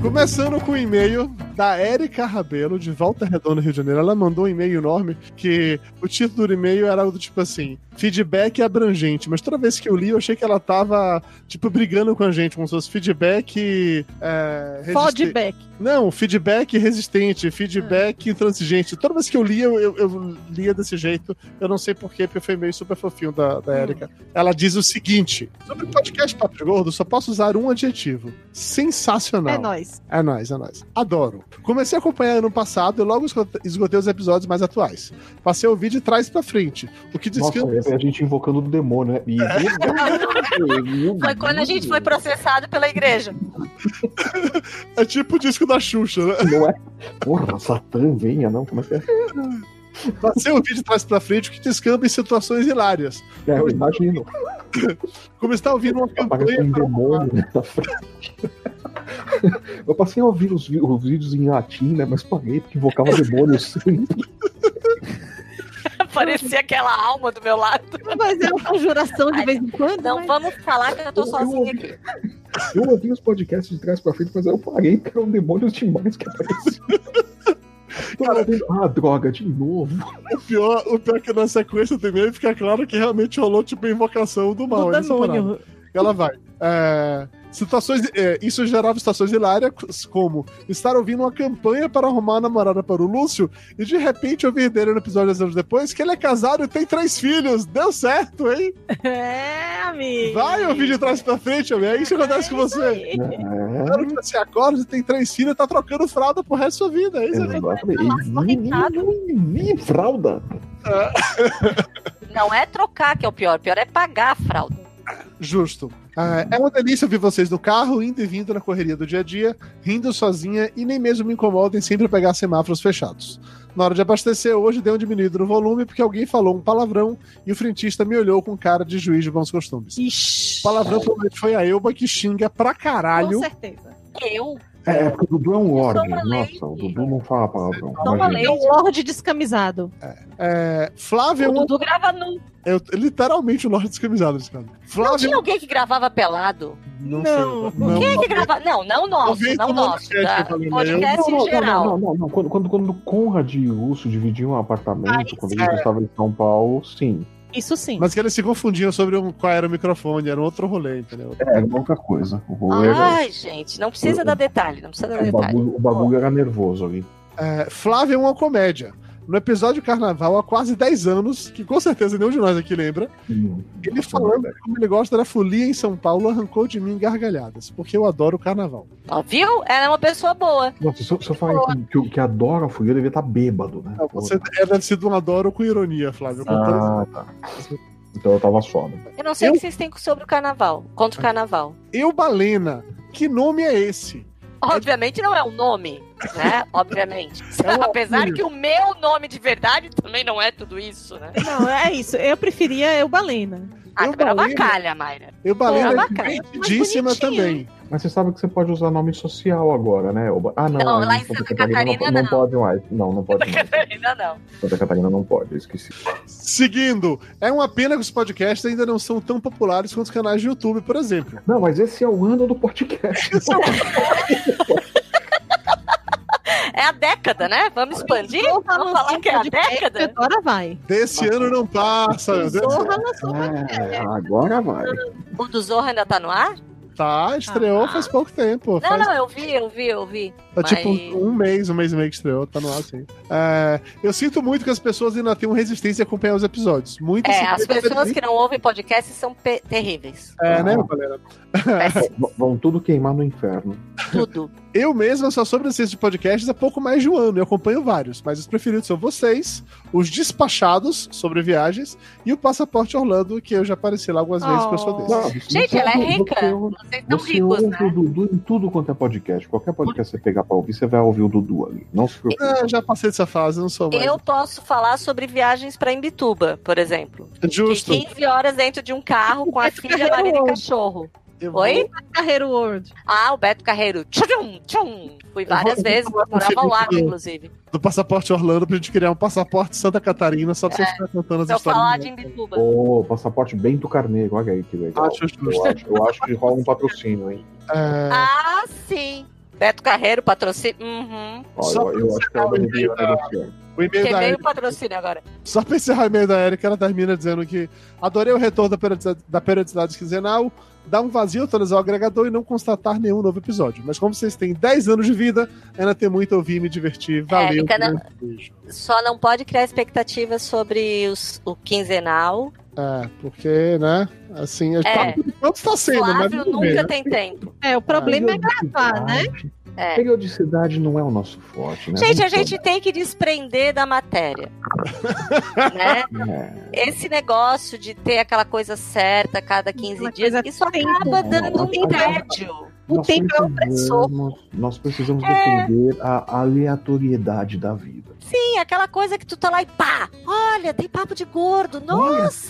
[SPEAKER 1] Começando com o e-mail da Érica Rabelo, de Volta Redonda, Rio de Janeiro. Ela mandou um e-mail enorme que o título do e-mail era do tipo assim: feedback abrangente. Mas toda vez que eu li, eu achei que ela tava, tipo, brigando com a gente, como se fosse feedback. É, resiste-
[SPEAKER 4] Fodback.
[SPEAKER 1] Não, feedback resistente, feedback intransigente. Toda vez que eu lia, eu, eu- eu lia desse jeito. Eu não sei porquê, porque foi meio super fofinho da, da Erika. Ela diz o seguinte: sobre o podcast Papo de Gordo, só posso usar um adjetivo: sensacional.
[SPEAKER 4] É nóis.
[SPEAKER 1] É nóis, é nóis. Adoro. Comecei a acompanhar ano passado e logo esgo- esgotei os episódios mais atuais. Passei o vídeo de trás pra frente. O que diz
[SPEAKER 2] Nossa,
[SPEAKER 1] que.
[SPEAKER 2] é a gente invocando o demônio, né? E-
[SPEAKER 3] Foi quando a gente foi processado pela igreja.
[SPEAKER 1] É tipo o disco da Xuxa, né?
[SPEAKER 2] Não é? Porra, Satã, venha, não. Como é que é?
[SPEAKER 1] Passei o vídeo de trás pra frente, o que descamba em situações hilárias.
[SPEAKER 2] É, eu imagino.
[SPEAKER 1] Como está ouvindo uma
[SPEAKER 2] Aparece
[SPEAKER 1] campanha
[SPEAKER 2] um demônio na frente. Eu passei a ouvir os, vi- os vídeos em latim, né? Mas parei porque invocava demônios.
[SPEAKER 3] Parecia aquela alma do meu lado.
[SPEAKER 4] Mas é uma conjuração de
[SPEAKER 3] Ai,
[SPEAKER 4] vez em quando.
[SPEAKER 3] Não
[SPEAKER 4] mas-
[SPEAKER 3] vamos falar que eu tô sozinha aqui.
[SPEAKER 2] Eu ouvi os podcasts de trás pra frente, mas eu parei porque eram demônios demais que apareciam. Todo mundo vendo, Ah, droga, de novo.
[SPEAKER 1] O pior, o pior é que na sequência do e-mail fica claro que realmente rolou tipo a invocação do mal.
[SPEAKER 4] do
[SPEAKER 1] nessa parada.
[SPEAKER 4] demônio.
[SPEAKER 1] Ela vai. é, situações. é, isso gerava situações hilárias, como estar ouvindo uma campanha para arrumar a namorada para o Lúcio e de repente ouvir dele no episódio dez anos depois que ele é casado e tem três filhos. Deu certo, hein?
[SPEAKER 4] É, amigo.
[SPEAKER 1] Vai ouvir de trás pra frente, amigo. É isso que acontece com você.
[SPEAKER 4] Aí.
[SPEAKER 2] É,
[SPEAKER 1] Claro que você acorda, tem três filhos, tá trocando fralda pro resto da sua vida. É
[SPEAKER 2] um
[SPEAKER 1] isso aí.
[SPEAKER 2] exatamente.
[SPEAKER 3] Nossa, Ricardo.
[SPEAKER 2] Ih, fralda.
[SPEAKER 3] Não é trocar que é o pior, o pior é pagar a fralda.
[SPEAKER 1] Justo. Ah, é uma delícia ouvir vocês no carro, indo e vindo na correria do dia a dia, rindo sozinha e nem mesmo me incomoda em sempre pegar semáforos fechados. Na hora de abastecer, hoje deu um diminuído no volume porque alguém falou um palavrão e o frentista me olhou com cara de juiz de bons costumes.
[SPEAKER 4] Ixi.
[SPEAKER 1] O palavrão provavelmente foi a Elba que xinga pra
[SPEAKER 4] Com
[SPEAKER 1] caralho.
[SPEAKER 4] certeza.
[SPEAKER 3] Eu?
[SPEAKER 2] É, é porque o Dudu é um
[SPEAKER 3] sou
[SPEAKER 2] lord.
[SPEAKER 3] uma lady.
[SPEAKER 2] Nossa, o Dudu não fala palavrão.
[SPEAKER 3] uma
[SPEAKER 2] imagina.
[SPEAKER 3] lady.
[SPEAKER 4] É um Lorde descamisado.
[SPEAKER 1] É, Flávio é
[SPEAKER 3] O
[SPEAKER 1] um.
[SPEAKER 3] Dudu grava nu.
[SPEAKER 1] É literalmente o Lorde descamisado desse cara.
[SPEAKER 3] Não
[SPEAKER 1] Flávio.
[SPEAKER 3] tinha alguém que gravava pelado?
[SPEAKER 1] Não,
[SPEAKER 4] Não.
[SPEAKER 1] sei. Não.
[SPEAKER 3] Quem é que gravava? Não, não nosso,
[SPEAKER 1] Talvez
[SPEAKER 3] não
[SPEAKER 1] o
[SPEAKER 3] nosso.
[SPEAKER 1] Monarcast
[SPEAKER 3] Tá?
[SPEAKER 1] falando,
[SPEAKER 2] Não,
[SPEAKER 3] Podcast
[SPEAKER 2] não,
[SPEAKER 3] em
[SPEAKER 2] não,
[SPEAKER 3] geral.
[SPEAKER 2] não, não, não. Quando, quando, quando Conrad e Russo dividiam um apartamento,
[SPEAKER 3] Ai,
[SPEAKER 2] quando eles estavam em São Paulo, sim.
[SPEAKER 4] Isso sim.
[SPEAKER 1] Mas que eles se confundiam sobre um- qual era o microfone, era um outro rolê, entendeu?
[SPEAKER 2] Era outra coisa. O rolo era-
[SPEAKER 3] Ai, gente, não precisa dar detalhe, não precisa dar
[SPEAKER 2] o,
[SPEAKER 3] detalhe.
[SPEAKER 2] É um bagulho, o bagulho era nervoso ali.
[SPEAKER 1] É, Flávio é uma comédia. No episódio Carnaval, há quase 10 anos, que com certeza nenhum de nós aqui lembra,
[SPEAKER 2] Hum.
[SPEAKER 1] ele falando como ele gosta da folia em São Paulo arrancou de mim gargalhadas, porque eu adoro o carnaval.
[SPEAKER 3] Ó, viu? Ela é uma pessoa boa.
[SPEAKER 2] Nossa, se eu, se eu falar que, que, eu- que adoro a folia, eu devia estar bêbado, né?
[SPEAKER 1] Ah, Você é, deve ser de um adoro com ironia, Flávio. contando-
[SPEAKER 2] Ah, tá. Então eu tava só, né?
[SPEAKER 3] Eu não sei
[SPEAKER 1] Eu-
[SPEAKER 3] o que vocês têm sobre o carnaval, contra o carnaval.
[SPEAKER 1] Eu, Balena, que nome é esse?
[SPEAKER 3] Obviamente não é um nome, né? Obviamente.
[SPEAKER 1] É um
[SPEAKER 3] Apesar
[SPEAKER 1] apelido.
[SPEAKER 3] que o meu nome de verdade também não é tudo isso, né?
[SPEAKER 4] Não, é isso. Eu preferia eu balena.
[SPEAKER 3] Ah,
[SPEAKER 1] Eu
[SPEAKER 3] tu era
[SPEAKER 1] falei,
[SPEAKER 3] bacalha, Mayra.
[SPEAKER 1] Eu, Balena,
[SPEAKER 3] Porra,
[SPEAKER 1] é
[SPEAKER 3] bacana.
[SPEAKER 1] divertidíssima
[SPEAKER 4] Mas bonitinho,
[SPEAKER 1] também.
[SPEAKER 2] Mas você sabe que você pode usar nome social agora, né, Elba? Ah, não.
[SPEAKER 3] Não,
[SPEAKER 2] aí
[SPEAKER 3] lá em Santa
[SPEAKER 2] não,
[SPEAKER 3] Catarina,
[SPEAKER 2] não
[SPEAKER 3] não.
[SPEAKER 2] pode mais. Não, não pode mais.
[SPEAKER 3] Ainda não.
[SPEAKER 2] Santa Catarina não pode, eu esqueci.
[SPEAKER 1] Seguindo, é uma pena que os podcasts ainda não são tão populares quanto os canais de YouTube, por exemplo.
[SPEAKER 2] Não, mas esse é o ano do podcast.
[SPEAKER 3] um É a década, né? Vamos expandir?
[SPEAKER 4] Zorra
[SPEAKER 3] Vamos
[SPEAKER 4] lançou
[SPEAKER 3] falar que é a
[SPEAKER 4] um podcast,
[SPEAKER 3] década?
[SPEAKER 4] Agora vai.
[SPEAKER 1] Desse ano não passa. meu Deus.
[SPEAKER 4] Zorra lançou um
[SPEAKER 1] Ah.
[SPEAKER 2] É,
[SPEAKER 4] podcast.
[SPEAKER 2] agora vai.
[SPEAKER 3] O do Zorra ainda tá no ar?
[SPEAKER 1] Tá, estreou
[SPEAKER 4] Ah.
[SPEAKER 1] faz pouco tempo.
[SPEAKER 3] Não,
[SPEAKER 1] faz
[SPEAKER 3] não, eu vi, eu vi, eu vi.
[SPEAKER 1] Tá
[SPEAKER 3] Mas-
[SPEAKER 1] tipo um mês, um mês e meio que estreou, tá no ar, sim. É, eu sinto muito que as pessoas ainda tenham resistência a acompanhar os episódios. Muito
[SPEAKER 3] É, as pessoas que não ouvem podcast são pe- terríveis.
[SPEAKER 1] É, né, galera?
[SPEAKER 3] Péssimas,
[SPEAKER 2] V- Vão tudo queimar no inferno.
[SPEAKER 3] tudo.
[SPEAKER 1] Eu mesmo só sobre de podcasts há pouco mais de um ano, eu acompanho vários, mas os preferidos são vocês, os despachados sobre viagens e o Passaporte Orlando, que eu já apareci lá algumas vezes,
[SPEAKER 4] Oh.
[SPEAKER 1] porque eu sou desse.
[SPEAKER 2] Não,
[SPEAKER 3] Gente,
[SPEAKER 2] você-
[SPEAKER 3] ela é rica.
[SPEAKER 2] você-
[SPEAKER 3] Vocês estão
[SPEAKER 2] Você
[SPEAKER 3] ricos,
[SPEAKER 2] ouve
[SPEAKER 3] né?
[SPEAKER 2] o Dudu em tudo quanto é podcast. Qualquer podcast que você pegar pra ouvir, você vai ouvir o Dudu ali. Não se preocupe.
[SPEAKER 1] Ah, já passei dessa fase, não sou mais. um.
[SPEAKER 3] Eu posso falar sobre viagens pra Imbituba, por exemplo.
[SPEAKER 1] É Justo.
[SPEAKER 3] Fiquei 15 horas dentro de um carro com a filha,
[SPEAKER 4] Carreiro
[SPEAKER 3] marido e
[SPEAKER 4] hoje.
[SPEAKER 3] cachorro.
[SPEAKER 1] Eu vou-
[SPEAKER 3] Oi?
[SPEAKER 4] Carreiro World.
[SPEAKER 3] Ah, o Beto Carreiro. Tchum, tchum. Fui várias
[SPEAKER 1] vou- eu
[SPEAKER 3] vezes,
[SPEAKER 1] vou falar com o
[SPEAKER 3] morava ao
[SPEAKER 1] Felipe
[SPEAKER 3] lado,
[SPEAKER 1] do-
[SPEAKER 3] inclusive.
[SPEAKER 1] Do Passaporte Orlando pra gente criar um Passaporte Santa Catarina só pra você ficar contando as
[SPEAKER 3] Se É. eu
[SPEAKER 1] histórias.
[SPEAKER 3] falar de Imbituba.
[SPEAKER 2] Ô, passaporte Bento Carneiro, olha aí que legal.
[SPEAKER 1] Acho justo.
[SPEAKER 2] eu, acho, eu acho que rola um patrocínio, hein?
[SPEAKER 1] É,
[SPEAKER 3] Ah, sim. Beto Carreiro, patrocínio. Uhum.
[SPEAKER 2] Ó,
[SPEAKER 1] Só
[SPEAKER 2] eu, eu acho que é ela deveria negociar.
[SPEAKER 1] É, O e-mail da
[SPEAKER 3] Quebrei o
[SPEAKER 1] Erika,
[SPEAKER 3] patrocínio agora.
[SPEAKER 1] só pra encerrar o e-mail da Erika, era das minas dizendo que adorei o retorno da periodicidade, da periodicidade quinzenal, dá um vazio atualizar o agregador e não constatar nenhum novo episódio. Mas como vocês têm 10 anos de vida, ainda tem muito a ouvir e me
[SPEAKER 3] É,
[SPEAKER 1] divertir. Valeu. né?
[SPEAKER 3] Erika, não-
[SPEAKER 1] grande beijo.
[SPEAKER 3] Só não pode criar expectativas sobre os- o quinzenal.
[SPEAKER 1] É, porque, né, assim, a gente
[SPEAKER 3] É.
[SPEAKER 1] tá, quanto está sendo, mas
[SPEAKER 3] Flávio
[SPEAKER 1] tudo
[SPEAKER 3] nunca
[SPEAKER 1] bem, né?
[SPEAKER 3] tem tempo.
[SPEAKER 4] É, o problema é gravar, né?
[SPEAKER 2] Periodicidade-
[SPEAKER 3] É.
[SPEAKER 2] Periodicidade não é o nosso forte, né?
[SPEAKER 3] Gente, a
[SPEAKER 2] Vamos
[SPEAKER 3] gente tem que desprender da matéria. né?
[SPEAKER 2] É.
[SPEAKER 3] Esse negócio de ter aquela coisa certa a cada 15
[SPEAKER 4] Uma
[SPEAKER 3] dias,
[SPEAKER 4] coisa É,
[SPEAKER 3] isso
[SPEAKER 4] tem-
[SPEAKER 3] acaba dando um
[SPEAKER 2] Tem-
[SPEAKER 3] tédio.
[SPEAKER 4] O
[SPEAKER 2] Nós
[SPEAKER 4] tempo é opressor.
[SPEAKER 2] precisamos- Nós precisamos
[SPEAKER 3] É.
[SPEAKER 2] defender a aleatoriedade da vida.
[SPEAKER 3] Sim, aquela coisa que tu tá lá e pá! Olha, tem papo de gordo, nossa!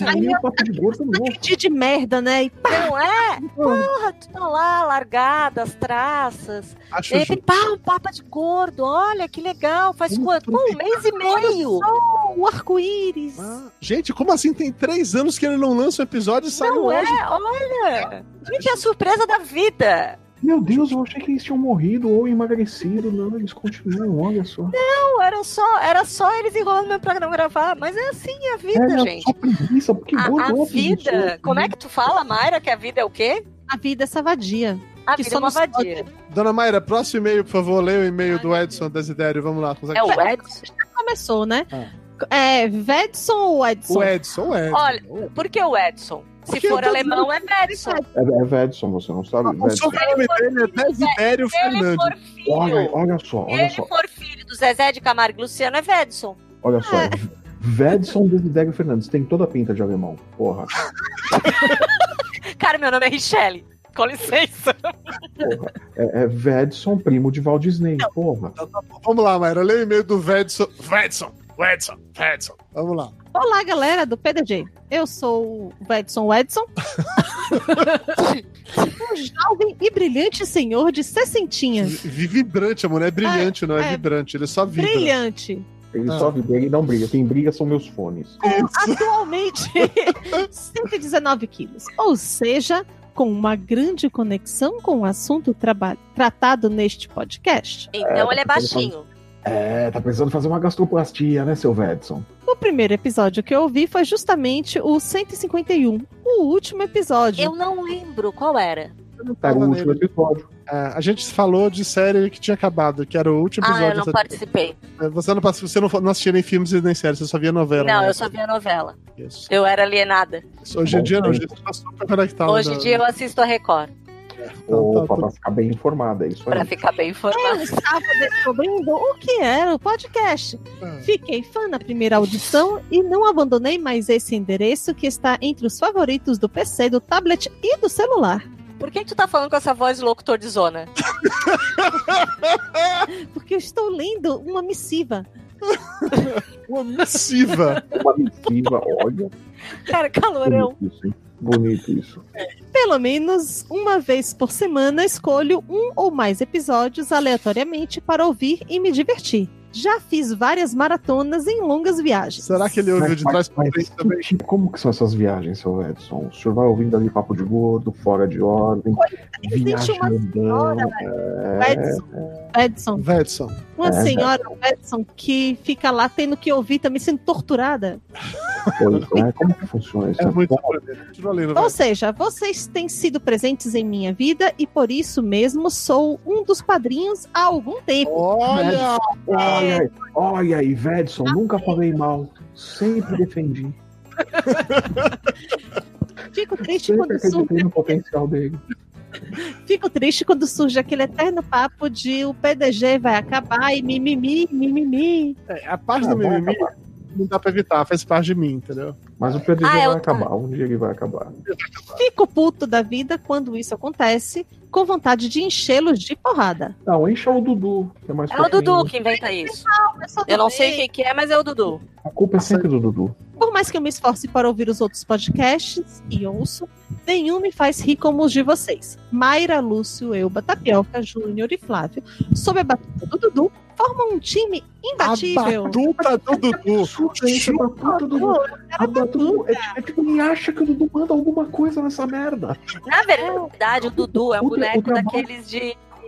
[SPEAKER 2] Olha, saiu o papo de gordo novo.
[SPEAKER 4] Aquele dia de merda, né? E
[SPEAKER 3] Não é? Porra, tu tá lá, largada, as traças.
[SPEAKER 1] Acho
[SPEAKER 3] De repente, pá, um papo de gordo, olha que legal, faz
[SPEAKER 1] Hum,
[SPEAKER 3] quanto?
[SPEAKER 1] tudo
[SPEAKER 3] Pô, um mês e meio.
[SPEAKER 4] pô, o arco-íris.
[SPEAKER 1] Ah, gente, como assim tem três anos que ele não lança um episódio e saiu
[SPEAKER 3] Não é?
[SPEAKER 1] hoje?
[SPEAKER 3] Olha! Gente, é a surpresa da vida.
[SPEAKER 2] Meu Deus, eu achei que eles tinham morrido ou emagrecido. Não, eles continuam, olha só.
[SPEAKER 3] Não, era só, era só eles enrolando meu pra não gravar. Mas é assim a vida,
[SPEAKER 2] é,
[SPEAKER 3] gente.
[SPEAKER 2] Só preguiça, porque
[SPEAKER 3] A,
[SPEAKER 2] gordo
[SPEAKER 3] a
[SPEAKER 2] é
[SPEAKER 3] vida.
[SPEAKER 2] preguiçoso.
[SPEAKER 3] Como é que tu fala, Mayra, que a vida é o quê?
[SPEAKER 4] A vida é savadia.
[SPEAKER 3] A
[SPEAKER 4] Que
[SPEAKER 3] vida é
[SPEAKER 4] só
[SPEAKER 3] uma
[SPEAKER 4] nos
[SPEAKER 3] vadia.
[SPEAKER 1] Dona Mayra, próximo e-mail, por favor, leia o e-mail
[SPEAKER 3] Ai,
[SPEAKER 1] do
[SPEAKER 3] Ah, meu
[SPEAKER 1] Edson Desidério. Vamos lá, consegue
[SPEAKER 3] É o Edson.
[SPEAKER 4] Começou, né?
[SPEAKER 1] Ah.
[SPEAKER 4] É, Vedson ou Edson?
[SPEAKER 1] O Edson, o Edson.
[SPEAKER 3] Olha, por que o Edson? Se
[SPEAKER 1] Porque eu
[SPEAKER 3] for
[SPEAKER 1] tô
[SPEAKER 3] alemão, é Edson.
[SPEAKER 2] É, é Vedson, você não sabe.
[SPEAKER 3] Um
[SPEAKER 1] O
[SPEAKER 2] Vedson.
[SPEAKER 1] sobrenome dele é Desidério
[SPEAKER 3] Se ele
[SPEAKER 1] Fernandes.
[SPEAKER 3] for
[SPEAKER 2] Olha,
[SPEAKER 3] filho,
[SPEAKER 2] olha só,
[SPEAKER 3] se
[SPEAKER 2] olha
[SPEAKER 3] ele
[SPEAKER 2] só,
[SPEAKER 3] for filho do Zezé de Camargo e Luciano, é Vedson.
[SPEAKER 2] olha só.
[SPEAKER 3] é.
[SPEAKER 2] Vedson Desidério Fernandes tem toda a pinta de alemão. Porra,
[SPEAKER 3] Cara, meu nome é Richelle. Com licença.
[SPEAKER 2] porra. É, é Vedson, primo de Walt Disney. Porra.
[SPEAKER 1] Vamos lá, Mayra, leia o e-mail do Vedson. Vedson, Vedson, Vedson. Vamos lá.
[SPEAKER 4] Olá, galera do PDG. Eu sou o Edson Edson. um jovem e brilhante senhor de sessentinhas.
[SPEAKER 1] Vi- vi- Vibrante, amor, não é
[SPEAKER 3] Ah,
[SPEAKER 1] brilhante, não, é,
[SPEAKER 4] é.
[SPEAKER 1] vibrante. Ele só vibra.
[SPEAKER 4] Brilhante.
[SPEAKER 2] Ele
[SPEAKER 1] Ah.
[SPEAKER 2] só briga, ele não briga. Quem briga são meus fones.
[SPEAKER 4] Com atualmente 119 quilos. Ou seja, com uma grande conexão com o assunto traba- tratado neste podcast.
[SPEAKER 3] Então ele é baixinho.
[SPEAKER 2] É, tá precisando fazer uma gastroplastia, né, seu Vedson?
[SPEAKER 4] O primeiro episódio que eu ouvi foi justamente o 151, o último episódio.
[SPEAKER 3] Eu não lembro qual era.
[SPEAKER 1] Eu não
[SPEAKER 2] Tá
[SPEAKER 1] tava
[SPEAKER 2] no último
[SPEAKER 1] nele.
[SPEAKER 2] episódio.
[SPEAKER 1] É, a gente falou de série que tinha acabado, que era o último
[SPEAKER 3] Ah, eu
[SPEAKER 1] episódio.
[SPEAKER 3] não
[SPEAKER 1] da-
[SPEAKER 3] participei.
[SPEAKER 1] Você não, passou- você não, não assistia nem filmes e nem séries, você só via novela.
[SPEAKER 3] Não,
[SPEAKER 1] né?
[SPEAKER 3] eu só vi a novela.
[SPEAKER 1] Isso.
[SPEAKER 3] Eu era alienada.
[SPEAKER 1] Hoje em
[SPEAKER 2] Bom,
[SPEAKER 1] dia não,
[SPEAKER 2] é.
[SPEAKER 1] hoje em dia você tá super conectado.
[SPEAKER 3] Hoje em dia eu assisto a Record,
[SPEAKER 1] Então,
[SPEAKER 2] Opa,
[SPEAKER 1] tá-
[SPEAKER 2] pra ficar bem informada, é isso
[SPEAKER 3] pra
[SPEAKER 2] aí.
[SPEAKER 3] ficar bem informada.
[SPEAKER 4] Eu estava descobrindo o que era o podcast. Fiquei fã na primeira audição e não abandonei mais esse endereço que está entre os favoritos do PC, do tablet e do celular.
[SPEAKER 3] Por que que tu tá falando com essa voz de locutor de zona?
[SPEAKER 4] Porque eu estou lendo uma missiva.
[SPEAKER 1] Uma missiva.
[SPEAKER 2] Uma missiva, olha.
[SPEAKER 3] Cara, calorão.
[SPEAKER 2] Bonito isso, hein? Bonito isso.
[SPEAKER 4] Pelo menos uma vez por semana escolho um ou mais episódios aleatoriamente para ouvir e me divertir. Já fiz várias maratonas em longas viagens.
[SPEAKER 1] Será que ele ouviu de trás pra
[SPEAKER 2] Mas,
[SPEAKER 1] frente também?
[SPEAKER 2] tipo, como que são essas viagens, seu Edson? O senhor vai ouvindo ali papo de gordo, fora de ordem,
[SPEAKER 4] Existe
[SPEAKER 2] viagem
[SPEAKER 4] uma né,
[SPEAKER 2] andando. É,
[SPEAKER 4] Edson, Edson,
[SPEAKER 1] Vedson.
[SPEAKER 4] uma
[SPEAKER 2] É,
[SPEAKER 4] senhora, Edson, que fica lá tendo que ouvir também sendo torturada.
[SPEAKER 2] pois, né? Como que funciona isso?
[SPEAKER 1] É muito maneiro. Continua lendo,
[SPEAKER 4] Ou
[SPEAKER 1] Vedson.
[SPEAKER 4] seja, vocês têm sido presentes em minha vida e por isso mesmo sou um dos padrinhos há algum tempo.
[SPEAKER 1] Olha!
[SPEAKER 2] Olha, aí, olha aí, Vedson, nunca falei mal. Sempre defendi.
[SPEAKER 4] Fico triste
[SPEAKER 2] Sempre
[SPEAKER 4] quando surge,
[SPEAKER 2] acreditei no potencial dele.
[SPEAKER 4] fico triste quando surge aquele eterno papo de o PDG vai acabar e mimimi, mimimi.
[SPEAKER 1] É, a parte
[SPEAKER 2] Ah,
[SPEAKER 1] do
[SPEAKER 2] vai
[SPEAKER 1] mimimi não dá pra evitar, faz parte de mim, entendeu?
[SPEAKER 2] Mas o PDG
[SPEAKER 3] Ah,
[SPEAKER 2] vai
[SPEAKER 3] eu-
[SPEAKER 2] acabar. Um dia ele vai acabar.
[SPEAKER 4] Fico puto da vida quando isso acontece, com vontade de enchê-los de porrada.
[SPEAKER 2] Não, encha o Dudu. Que é, mais
[SPEAKER 3] É o
[SPEAKER 2] fofinho.
[SPEAKER 3] Dudu que inventa isso. Eu não sei quem que é, mas é o Dudu.
[SPEAKER 2] A culpa é sempre do Dudu.
[SPEAKER 4] Por mais que eu me esforce para ouvir os outros podcasts e ouço, nenhum me faz rir como os de vocês. Mayra, Lúcio, Euba, Tapioca, Júnior e Flávio, sob a batuta do Dudu, formam um time imbatível.
[SPEAKER 1] A batuta do Dudu.
[SPEAKER 2] Chuta isso, batuta do Dudu.
[SPEAKER 3] tá
[SPEAKER 2] A Dudu é, é tipo, ele acha que o Dudu manda alguma coisa nessa merda.
[SPEAKER 3] Na verdade, o Dudu é um
[SPEAKER 2] O tra- o
[SPEAKER 3] boneco
[SPEAKER 2] trabalho-
[SPEAKER 3] daqueles de.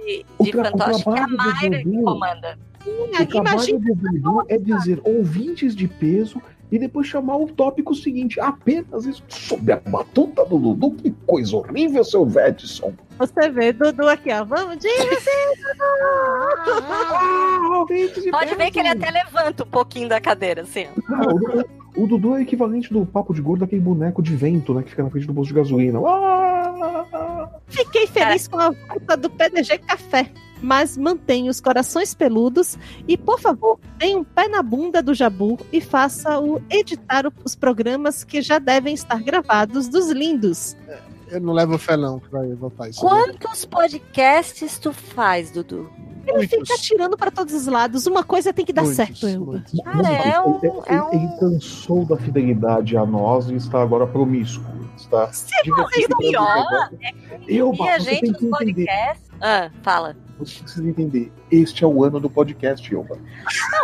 [SPEAKER 3] de,
[SPEAKER 2] O
[SPEAKER 3] de
[SPEAKER 2] tra- o
[SPEAKER 3] fantoche que é a
[SPEAKER 2] trabalho do
[SPEAKER 3] Mayra que
[SPEAKER 2] Gugu.
[SPEAKER 3] comanda. É,
[SPEAKER 2] O
[SPEAKER 4] Imagina
[SPEAKER 2] trabalho do vendedor é dizer ouvintes de peso e depois chamar o tópico seguinte, apenas isso. Sobre a batuta do Dudu, que coisa horrível, seu Vedson.
[SPEAKER 4] você vê, Dudu aqui, ó. Vamos de
[SPEAKER 2] Ah, ouvintes de
[SPEAKER 3] Pode ver
[SPEAKER 2] peso.
[SPEAKER 3] que ele até levanta um pouquinho da cadeira, assim. ó.
[SPEAKER 2] Não, o, Dudu- o Dudu é o equivalente do papo de gordo, aquele boneco de vento, né, que fica na frente do bolso de gasolina. Ah!
[SPEAKER 4] Fiquei feliz com a volta do PDG Café, mas mantenha os corações peludos e, por favor, tenha um pé na bunda do Jabu e faça-o editar o- os programas que já devem estar gravados dos lindos.
[SPEAKER 1] Eu não levo fé, não, que vai voltar isso.
[SPEAKER 3] Quantos podcasts tu faz, Dudu?
[SPEAKER 4] Ele fica atirando para todos os lados. Uma coisa tem que dar
[SPEAKER 1] Muitos,
[SPEAKER 4] certo, Elba.
[SPEAKER 1] muitos.
[SPEAKER 3] Cara, é um-
[SPEAKER 2] ele, ele-
[SPEAKER 3] é um-
[SPEAKER 2] ele cansou da fidelidade a nós e está agora promíscuo. Está
[SPEAKER 4] Se
[SPEAKER 2] Diga-se de
[SPEAKER 3] tá pior
[SPEAKER 2] passagem, Elba,
[SPEAKER 3] e a
[SPEAKER 2] você
[SPEAKER 3] gente
[SPEAKER 2] tem
[SPEAKER 3] nos
[SPEAKER 2] que entender.
[SPEAKER 3] podcasts. Ah, fala.
[SPEAKER 2] Você precisa entender, este é o ano do podcast, Elba.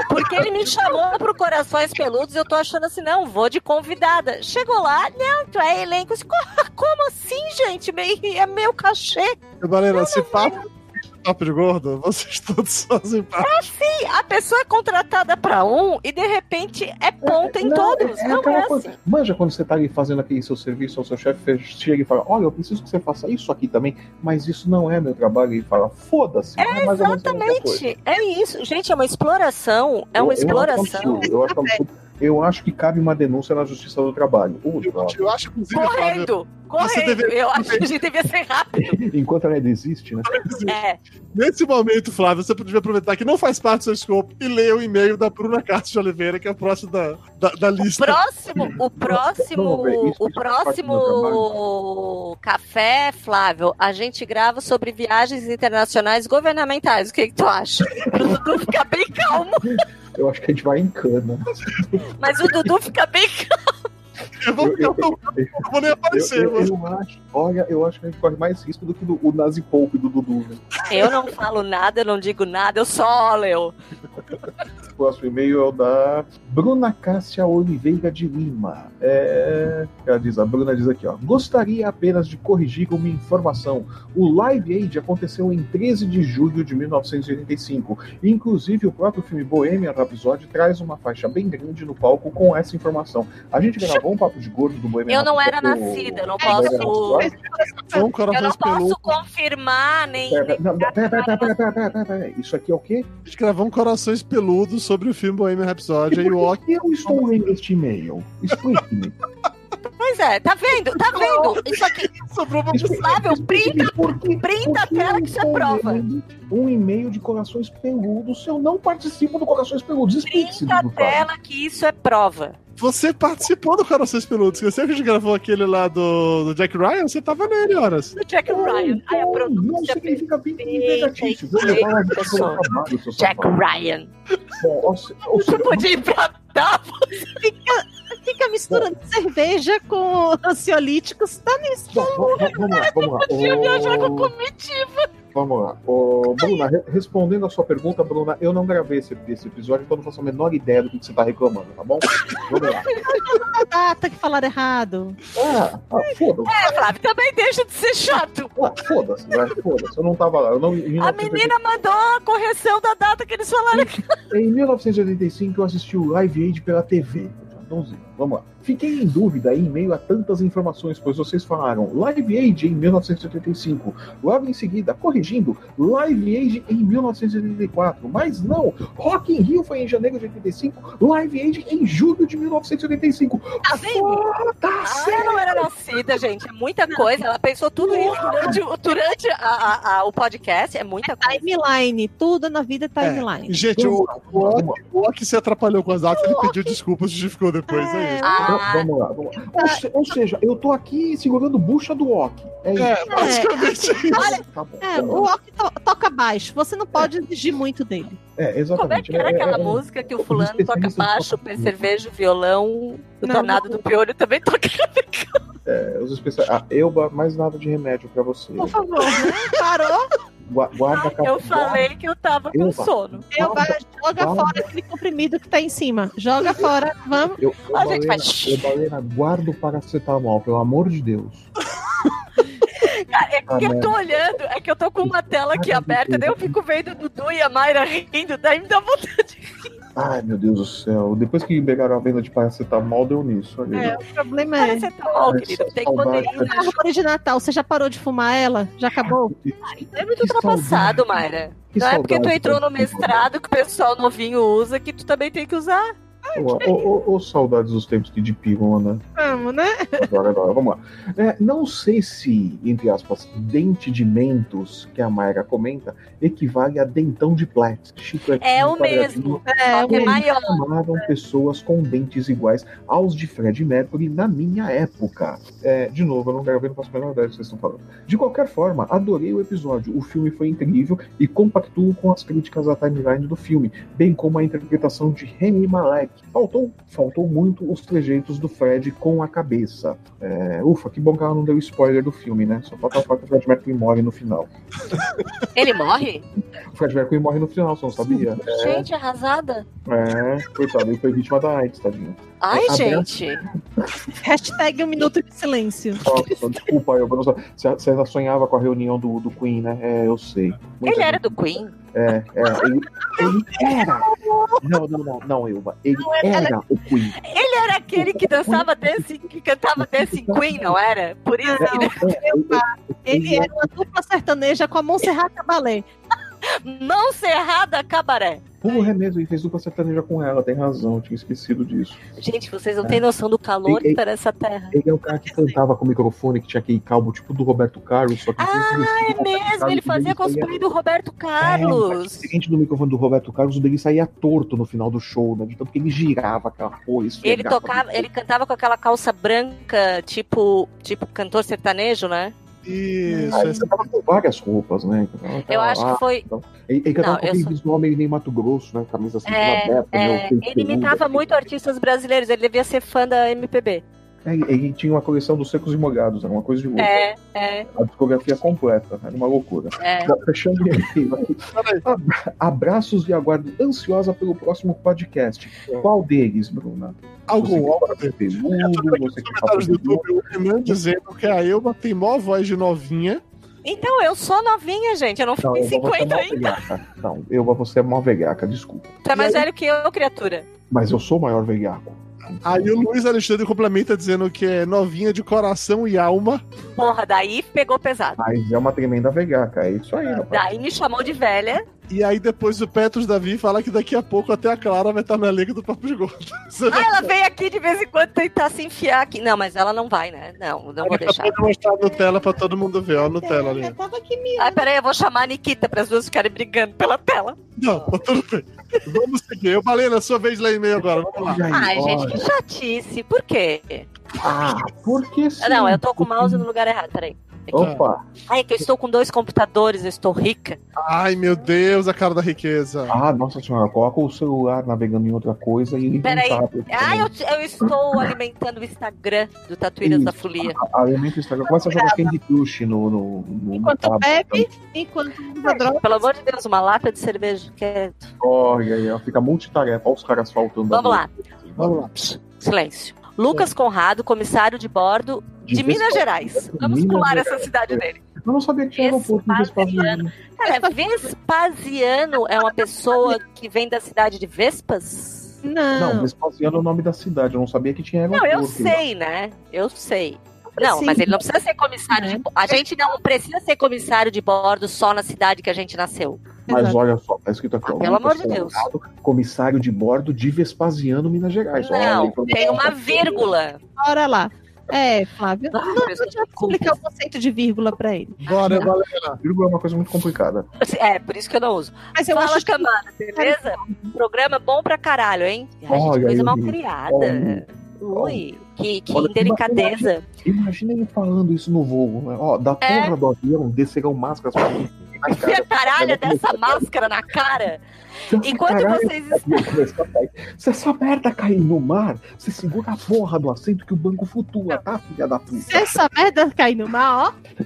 [SPEAKER 3] Porque ele me chamou pro Corações Peludos e eu tô achando assim, não, vou de convidada. Chegou lá, não, tu é elenco. Eu disse, "Co- Como assim, gente? Me- É meu cachê.
[SPEAKER 1] Galera, se papo papo de gordo, vocês todos fazem papo.
[SPEAKER 3] E a pessoa é contratada pra um e de repente é ponta em
[SPEAKER 2] Não,
[SPEAKER 3] todos.
[SPEAKER 2] é- é
[SPEAKER 3] não
[SPEAKER 2] aquela
[SPEAKER 3] é
[SPEAKER 2] coisa.
[SPEAKER 3] assim.
[SPEAKER 2] Manja quando você tá ali fazendo aquele seu serviço ao seu chefe, fe- chega e fala, olha, eu preciso que você faça isso aqui também, mas isso não é meu trabalho. E fala, foda-se. É, mais ou menos a mesma coisa.
[SPEAKER 3] Exatamente. É isso. Gente, é uma exploração. É
[SPEAKER 2] Eu- eu acho um
[SPEAKER 3] uma exploração.
[SPEAKER 2] absurdo, Eu acho, absurdo. Eu acho que cabe uma denúncia na Justiça do Trabalho. Ô,
[SPEAKER 1] Eu,
[SPEAKER 2] Flávio,
[SPEAKER 1] eu acho, inclusive, Flávio,
[SPEAKER 3] Correndo,
[SPEAKER 1] Você
[SPEAKER 3] correndo.
[SPEAKER 1] deveria-
[SPEAKER 3] Eu acho que a gente devia ser rápido.
[SPEAKER 2] Enquanto ela ainda existe, né?
[SPEAKER 3] É.
[SPEAKER 1] nesse momento, Flávio, você podia aproveitar que não faz parte do seu escopo e ler o e-mail da Bruna Castro de Oliveira, que é o próximo da, da, da lista.
[SPEAKER 3] Próximo, o
[SPEAKER 2] Não, velho,
[SPEAKER 3] próximo,
[SPEAKER 2] isso
[SPEAKER 3] o
[SPEAKER 2] faz parte do meu
[SPEAKER 3] próximo café, Flávio, a gente grava sobre viagens internacionais governamentais. O que, que tu acha? O Dudu fica bem calmo,
[SPEAKER 2] Eu acho que a gente vai em cana.
[SPEAKER 3] mas o Dudu fica bem calmo.
[SPEAKER 1] Eu, vou,
[SPEAKER 2] Eu- eu-
[SPEAKER 1] eu não- eu não vou nem aparecer.
[SPEAKER 2] eu, eu-
[SPEAKER 1] mas-
[SPEAKER 2] eu acho, olha, eu acho que a gente corre mais risco do que do, o Nazi Pope do Dudu. Né?
[SPEAKER 3] Eu não falo nada, eu não digo nada, eu só leio.
[SPEAKER 2] O próximo e-mail é o da Bruna Cássia Oliveira de Lima. É, ela diz, a Bruna diz aqui, ó. Gostaria apenas de corrigir uma informação. O Live Aid aconteceu em 13 de julho de 1985. Inclusive, o próprio filme Bohemian Rhapsody traz uma faixa bem grande no palco com essa informação. A gente gravou um papo de gordo do Bohemian
[SPEAKER 3] Eu não era
[SPEAKER 2] Rhapsody-
[SPEAKER 3] nascida, eu não
[SPEAKER 2] do Bohemian
[SPEAKER 3] posso-
[SPEAKER 2] Rhapsody.
[SPEAKER 1] Então, cara,
[SPEAKER 3] Eu não
[SPEAKER 1] faz peludo.
[SPEAKER 3] posso confirmar nem.
[SPEAKER 2] Pera, não, pera, pera, pera, pera, pera, pera, pera. Isso aqui é o quê?
[SPEAKER 1] A gente gravou um Corações Peludos sobre o filme Bohemian Rhapsody.
[SPEAKER 2] E
[SPEAKER 1] E o
[SPEAKER 2] por
[SPEAKER 1] Ock
[SPEAKER 2] que eu estou lendo este e-mail? Explique-me.
[SPEAKER 3] Pois é, tá vendo? Tá vendo? Isso aqui,
[SPEAKER 1] sobrou pra você.
[SPEAKER 2] é
[SPEAKER 3] Flávio, printa,
[SPEAKER 2] Por que- por
[SPEAKER 3] printa a tela
[SPEAKER 2] eu
[SPEAKER 3] que você
[SPEAKER 2] estou
[SPEAKER 3] prova.
[SPEAKER 2] lendo Um e-mail de corações peludos se eu não participo do corações peludos. Explique-se,
[SPEAKER 3] Printa a
[SPEAKER 2] Dudu Flávio.
[SPEAKER 3] tela que isso é prova.
[SPEAKER 1] Você participou do Corações Peludos. Você que a gente gravou aquele lá do, do Jack Ryan? Você tava nele, horas.
[SPEAKER 3] Do Jack Ryan. Ai,
[SPEAKER 2] Não,
[SPEAKER 3] a
[SPEAKER 2] não
[SPEAKER 3] pronúncia.
[SPEAKER 2] significa bem
[SPEAKER 3] perfeita,
[SPEAKER 2] negativo. Vou levar uma dica
[SPEAKER 3] pessoa.
[SPEAKER 2] pelo trabalho, seu
[SPEAKER 3] Jack
[SPEAKER 2] safado.
[SPEAKER 3] Ryan.
[SPEAKER 2] Bom, ou se- ou
[SPEAKER 3] Você
[SPEAKER 2] seja,
[SPEAKER 3] podia ir pra dar
[SPEAKER 4] fica misturando cerveja com ansiolíticos. Tá
[SPEAKER 3] é
[SPEAKER 2] Bom, vamos lá, vamos lá, vamos lá. Ô, Vamos lá. Ô,
[SPEAKER 3] Tá
[SPEAKER 2] Bruna, re- respondendo a sua pergunta, Bruna, eu não gravei esse, esse episódio, então não faço a menor ideia do que você está reclamando, tá bom? Vamos lá.
[SPEAKER 4] na data que falaram errado.
[SPEAKER 2] Ah, ah, foda-se,
[SPEAKER 3] É, Flávio, também deixa de ser chato.
[SPEAKER 2] ah, foda-se, vai, foda-se. Eu não tava lá. Eu não, em
[SPEAKER 3] A
[SPEAKER 2] 1985
[SPEAKER 3] menina mandou a correção da data que eles falaram.
[SPEAKER 2] Em 1985 eu assisti o Live Aid pela TV. Então, Vamos lá. Fiquei em dúvida em meio a tantas informações, pois vocês falaram Live Aid em 1985. Logo em seguida, corrigindo, Live Aid em 1984. Mas não! Rock in Rio foi em janeiro de 85, Live Aid em julho de 1985.
[SPEAKER 3] Tá vendo?
[SPEAKER 2] Foda-se!
[SPEAKER 3] Ela não era nascida, gente. É muita coisa. Ela pensou tudo isso durante, durante a- a- a- o podcast. É muita coisa.
[SPEAKER 4] Timeline, tudo na vida é timeline.
[SPEAKER 1] Gente, o, o, Ock, o Ock se atrapalhou com as datas. Ele pediu desculpas, justificou depois. É, isso.
[SPEAKER 2] Então,
[SPEAKER 3] Ah,
[SPEAKER 2] vamos lá, vamos lá. Ou, se- ou seja, eu tô aqui segurando bucha do Rock. É isso.
[SPEAKER 1] é basicamente isso.
[SPEAKER 3] olha,
[SPEAKER 2] tá bom.
[SPEAKER 4] É,
[SPEAKER 2] vamos
[SPEAKER 4] o
[SPEAKER 2] lá.
[SPEAKER 4] Ock to- toca baixo. Você não pode exigir muito dele.
[SPEAKER 2] É,
[SPEAKER 3] como é
[SPEAKER 2] exatamente.
[SPEAKER 3] que era
[SPEAKER 2] É, é,
[SPEAKER 3] aquela
[SPEAKER 2] é,
[SPEAKER 3] música que o
[SPEAKER 2] os
[SPEAKER 3] fulano toca
[SPEAKER 2] especialistas
[SPEAKER 3] baixo,
[SPEAKER 2] tocam
[SPEAKER 3] o percevejo, o violão, o
[SPEAKER 4] Não,
[SPEAKER 3] tornado
[SPEAKER 4] não.
[SPEAKER 3] do piolho também toca.
[SPEAKER 2] Os especiais. Ah, Elba, mais nada de remédio pra você.
[SPEAKER 4] Por favor, né? parou.
[SPEAKER 2] Gua- guarda a capa-
[SPEAKER 3] Eu falei que eu tava com
[SPEAKER 2] Uva.
[SPEAKER 3] sono.
[SPEAKER 4] Eu
[SPEAKER 2] Calma,
[SPEAKER 4] joga
[SPEAKER 2] calma.
[SPEAKER 4] fora aquele comprimido que tá em cima. Joga fora. Vamos.
[SPEAKER 2] Eu,
[SPEAKER 3] A
[SPEAKER 2] Balena,
[SPEAKER 3] gente faz-
[SPEAKER 2] eu, Balena, guarda o paracetamol, pelo amor de Deus.
[SPEAKER 3] É porque eu tô olhando, é que eu tô com uma tela aqui aberta, daí eu fico vendo o Dudu e a Mayra rindo, daí me dá vontade.
[SPEAKER 2] Ai, meu Deus do céu. Depois que pegaram a venda de paracetamol, deu nisso. Ali.
[SPEAKER 4] É, o problema é.
[SPEAKER 3] Parece tá mal, querido. Tem que poder
[SPEAKER 2] Saudade.
[SPEAKER 4] A árvore de Natal, você já parou de fumar ela? Já acabou?
[SPEAKER 3] É muito ultrapassado, Mayra.
[SPEAKER 2] Que
[SPEAKER 3] Não é porque
[SPEAKER 2] saudade.
[SPEAKER 3] tu
[SPEAKER 2] né?
[SPEAKER 3] entrou no mestrado que o pessoal novinho usa que tu também tem que usar.
[SPEAKER 2] Ô, ô, ô, ô, saudades dos tempos que de pirona.
[SPEAKER 4] Vamos, né?
[SPEAKER 2] Agora, agora, vamos lá. É, não sei se, entre aspas, dente de mentos, que a Mayra comenta, equivale a dentão de plat. Chicletinho
[SPEAKER 3] É o
[SPEAKER 2] quadradinho,
[SPEAKER 3] mesmo.
[SPEAKER 4] É,
[SPEAKER 3] Só que é
[SPEAKER 4] o-
[SPEAKER 3] maior.
[SPEAKER 2] chamavam pessoas com dentes iguais aos de Fred Mercury na minha época. É, de novo, eu não gravei, não faço a menor ideia do que vocês estão falando. De qualquer forma, adorei o episódio. O filme foi incrível e compactuo com as críticas à timeline do filme, bem como a interpretação de Remy Malek. Faltou, faltou muito os trejeitos do Fred com a cabeça. É, ufa, que bom que ela não deu spoiler do filme, né? Só falta falar que o Fred Mercury morre no final.
[SPEAKER 3] Ele morre?
[SPEAKER 2] O Fred Mercury morre no final, você não sabia?
[SPEAKER 3] Gente, arrasada.
[SPEAKER 2] É, coitado, ele foi vítima da AIDS, tadinho.
[SPEAKER 3] Ai,
[SPEAKER 2] Abraço.
[SPEAKER 3] gente.
[SPEAKER 4] hashtag um minuto de silêncio.
[SPEAKER 2] Nossa, desculpa, eu não sei. Você- Você ainda sonhava com a reunião do, do Queen, né? É, eu sei. Muita
[SPEAKER 3] Ele era
[SPEAKER 2] gente-
[SPEAKER 3] do Queen.
[SPEAKER 2] É, é, ele, ele era. Não, não, não, não, Ilva. Ele era o Queen.
[SPEAKER 3] Ele era aquele que dançava Dancing, que cantava Dancing Queen, não era? Por isso
[SPEAKER 2] É,
[SPEAKER 3] que
[SPEAKER 4] Ele era uma dupla sertaneja com a Montserrat Cabalé.
[SPEAKER 3] Mão Serrada Cabaré.
[SPEAKER 2] Porra, é mesmo, ele fez dupla sertaneja com ela, tem razão, eu tinha esquecido disso.
[SPEAKER 3] Gente, vocês não têm noção do calor
[SPEAKER 2] Ei,
[SPEAKER 3] que
[SPEAKER 2] ei.
[SPEAKER 3] tá nessa terra.
[SPEAKER 2] Ele é o cara que
[SPEAKER 3] Assim.
[SPEAKER 2] cantava com o microfone, que tinha aquele calbo tipo do Roberto Carlos, só que...
[SPEAKER 3] Ah, É mesmo, ele É, fazia cosplay do Roberto Carlos.
[SPEAKER 2] É, Diferente do microfone do Roberto Carlos, o dele saía torto no final do show, né? De tanto que ele girava aquela porra,
[SPEAKER 3] Ele
[SPEAKER 2] esfregava.
[SPEAKER 3] tocava, ele cantava com aquela calça branca, tipo, tipo cantor sertanejo, né?
[SPEAKER 1] Isso,
[SPEAKER 2] Ah, ele
[SPEAKER 1] essa-
[SPEAKER 2] cantava com várias roupas, né? Ele cantava com
[SPEAKER 3] Eu
[SPEAKER 2] aquela
[SPEAKER 3] acho que foi.
[SPEAKER 2] Ele, ele cantava
[SPEAKER 3] Não,
[SPEAKER 2] com
[SPEAKER 3] eu
[SPEAKER 2] aquele
[SPEAKER 3] sou-
[SPEAKER 2] visual meio nem Mato Grosso, né? Camisa assim,
[SPEAKER 3] É,
[SPEAKER 2] aberta, né?
[SPEAKER 3] é,
[SPEAKER 2] O peito
[SPEAKER 3] ele imitava
[SPEAKER 2] peludo.
[SPEAKER 3] muito artistas brasileiros, ele devia ser fã da MPB.
[SPEAKER 2] É, ele tinha uma coleção dos secos e molhados, era uma coisa de louco.
[SPEAKER 3] É, é,
[SPEAKER 2] A discografia completa, era uma loucura.
[SPEAKER 3] é.
[SPEAKER 2] Tá, Fechando ele aqui.
[SPEAKER 1] Peraí.
[SPEAKER 2] Abra- Abraços e aguardo ansiosa pelo próximo podcast. Qual deles, Bruna? Você
[SPEAKER 1] Algum
[SPEAKER 2] que
[SPEAKER 1] óbvio.
[SPEAKER 2] fala peludo,
[SPEAKER 1] Nos
[SPEAKER 2] você que fala
[SPEAKER 1] comentários do
[SPEAKER 2] peludo.
[SPEAKER 1] YouTube, o Renan dizendo que a Elba tem mó voz de novinha.
[SPEAKER 3] Então, eu sou novinha, gente. Eu não fui
[SPEAKER 2] Não,
[SPEAKER 3] em
[SPEAKER 2] eu vou você é
[SPEAKER 3] 50
[SPEAKER 2] mó
[SPEAKER 3] ainda.
[SPEAKER 2] velhaca. Não, eu vou você é mó velhaca, desculpa.
[SPEAKER 3] Tu é mais velho que eu, criatura.
[SPEAKER 2] Mas eu sou o maior velhaco.
[SPEAKER 1] Aí o Luiz Alexandre complementa dizendo que é novinha de coração e alma.
[SPEAKER 3] Porra, daí pegou pesado.
[SPEAKER 2] Mas é uma tremenda vegaca, é isso aí, rapaz.
[SPEAKER 3] Daí me chamou de velha.
[SPEAKER 1] E aí depois o Petros Davi fala que daqui a pouco até a Clara vai estar na liga do Papo de Gordo. Você
[SPEAKER 3] Ah, ela vem aqui de vez em quando tentar se enfiar aqui. Não, mas ela não vai, né? Não, não vou
[SPEAKER 1] Daqui a
[SPEAKER 3] deixar.
[SPEAKER 1] pouco eu vou mostrar a Nutella pra todo mundo ver, ó, a Nutella ali.
[SPEAKER 4] Eu tava aqui é me
[SPEAKER 3] Ai, Ah, peraí, eu vou chamar a Nikita para as duas ficarem brigando pela tela.
[SPEAKER 1] Não, tá tudo bem. Vamos seguir. Eu, Malena, sua vez de ler e-mail agora. Vamos lá.
[SPEAKER 2] E aí,
[SPEAKER 3] Ai,
[SPEAKER 2] olha.
[SPEAKER 3] gente, que chatice. Por quê?
[SPEAKER 2] Ah, porque sim.
[SPEAKER 3] Ah, Não, eu tô com o mouse no lugar errado, peraí.
[SPEAKER 2] Opa!
[SPEAKER 3] Ai, é que eu estou com dois computadores, eu estou rica.
[SPEAKER 1] Ai, meu Deus, a cara da riqueza.
[SPEAKER 2] Ah, nossa senhora, coloca o celular navegando em outra coisa e limpa
[SPEAKER 3] Peraí.
[SPEAKER 2] um tablet.
[SPEAKER 3] Ai, eu, eu estou alimentando o Instagram do Tatuíras da Folia.
[SPEAKER 2] Alimenta o Instagram. Começa a jogar Candy Crush no, no, no, no
[SPEAKER 4] Enquanto
[SPEAKER 2] tablet.
[SPEAKER 4] bebe, enquanto usa droga.
[SPEAKER 3] Pelo amor de Deus, uma lata de cerveja. é Quieto.
[SPEAKER 2] Olha aí, ela fica multitarefa. Olha os caras faltando.
[SPEAKER 3] Vamos lá.
[SPEAKER 1] Vamos lá.
[SPEAKER 3] Silêncio. Lucas Conrado, comissário de bordo de Minas Gerais. Vamos
[SPEAKER 2] Minas
[SPEAKER 3] pular
[SPEAKER 2] Gerais.
[SPEAKER 3] essa cidade dele.
[SPEAKER 2] Eu não sabia que tinha aeroporto
[SPEAKER 3] tá
[SPEAKER 2] em Vespasiano.
[SPEAKER 3] Cara, Vespasiano é uma pessoa que vem da cidade de Vespas?
[SPEAKER 2] Não,
[SPEAKER 4] Não,
[SPEAKER 2] Vespasiano é o nome da cidade. Eu não sabia que tinha
[SPEAKER 3] Não,
[SPEAKER 2] aeroporto.
[SPEAKER 3] eu sei, né? Eu sei. Não,
[SPEAKER 4] precisa.
[SPEAKER 3] mas ele não precisa ser comissário de bordo. A gente não precisa ser comissário de bordo só na cidade que a gente nasceu.
[SPEAKER 2] Mas
[SPEAKER 4] Exato.
[SPEAKER 2] olha só, tá escrito aqui.
[SPEAKER 3] Ah,
[SPEAKER 2] ó,
[SPEAKER 3] pelo amor
[SPEAKER 2] Lucas
[SPEAKER 3] de Deus.
[SPEAKER 2] Colorado, Comissário de bordo de Vespasiano, Minas Gerais. Olha aí,
[SPEAKER 3] Não, tem uma vírgula.
[SPEAKER 4] Bora lá. É, Flávio.
[SPEAKER 3] Ah,
[SPEAKER 4] Não, não
[SPEAKER 3] pessoal,
[SPEAKER 4] adianta
[SPEAKER 3] desculpa.
[SPEAKER 4] explicar o conceito de vírgula pra ele.
[SPEAKER 1] Bora, Malena.
[SPEAKER 2] Vírgula é uma coisa muito complicada.
[SPEAKER 3] É, por isso que eu não uso.
[SPEAKER 4] Mas eu
[SPEAKER 3] Fala,
[SPEAKER 4] acho que
[SPEAKER 3] camada, beleza? Programa bom pra caralho, hein? Ai,
[SPEAKER 2] Olha,
[SPEAKER 3] gente, coisa
[SPEAKER 2] eu
[SPEAKER 3] mal
[SPEAKER 2] vi.
[SPEAKER 3] criada. Ui, que, que
[SPEAKER 2] Olha,
[SPEAKER 3] delicadeza.
[SPEAKER 2] Imagina ele falando isso no voo, né? Ó, da
[SPEAKER 3] É.
[SPEAKER 2] porra do avião, descerão máscaras pra mim. Ai,
[SPEAKER 3] Enfia
[SPEAKER 2] cara,
[SPEAKER 3] a caralha
[SPEAKER 2] Cara,
[SPEAKER 3] dessa máscara na cara. Enquanto
[SPEAKER 2] caralho, é
[SPEAKER 3] vocês estão.
[SPEAKER 2] Se essa merda cair no mar, você segura a porra do assento que o banco flutua, tá, filha da puta?
[SPEAKER 4] se essa merda cair no mar, ó.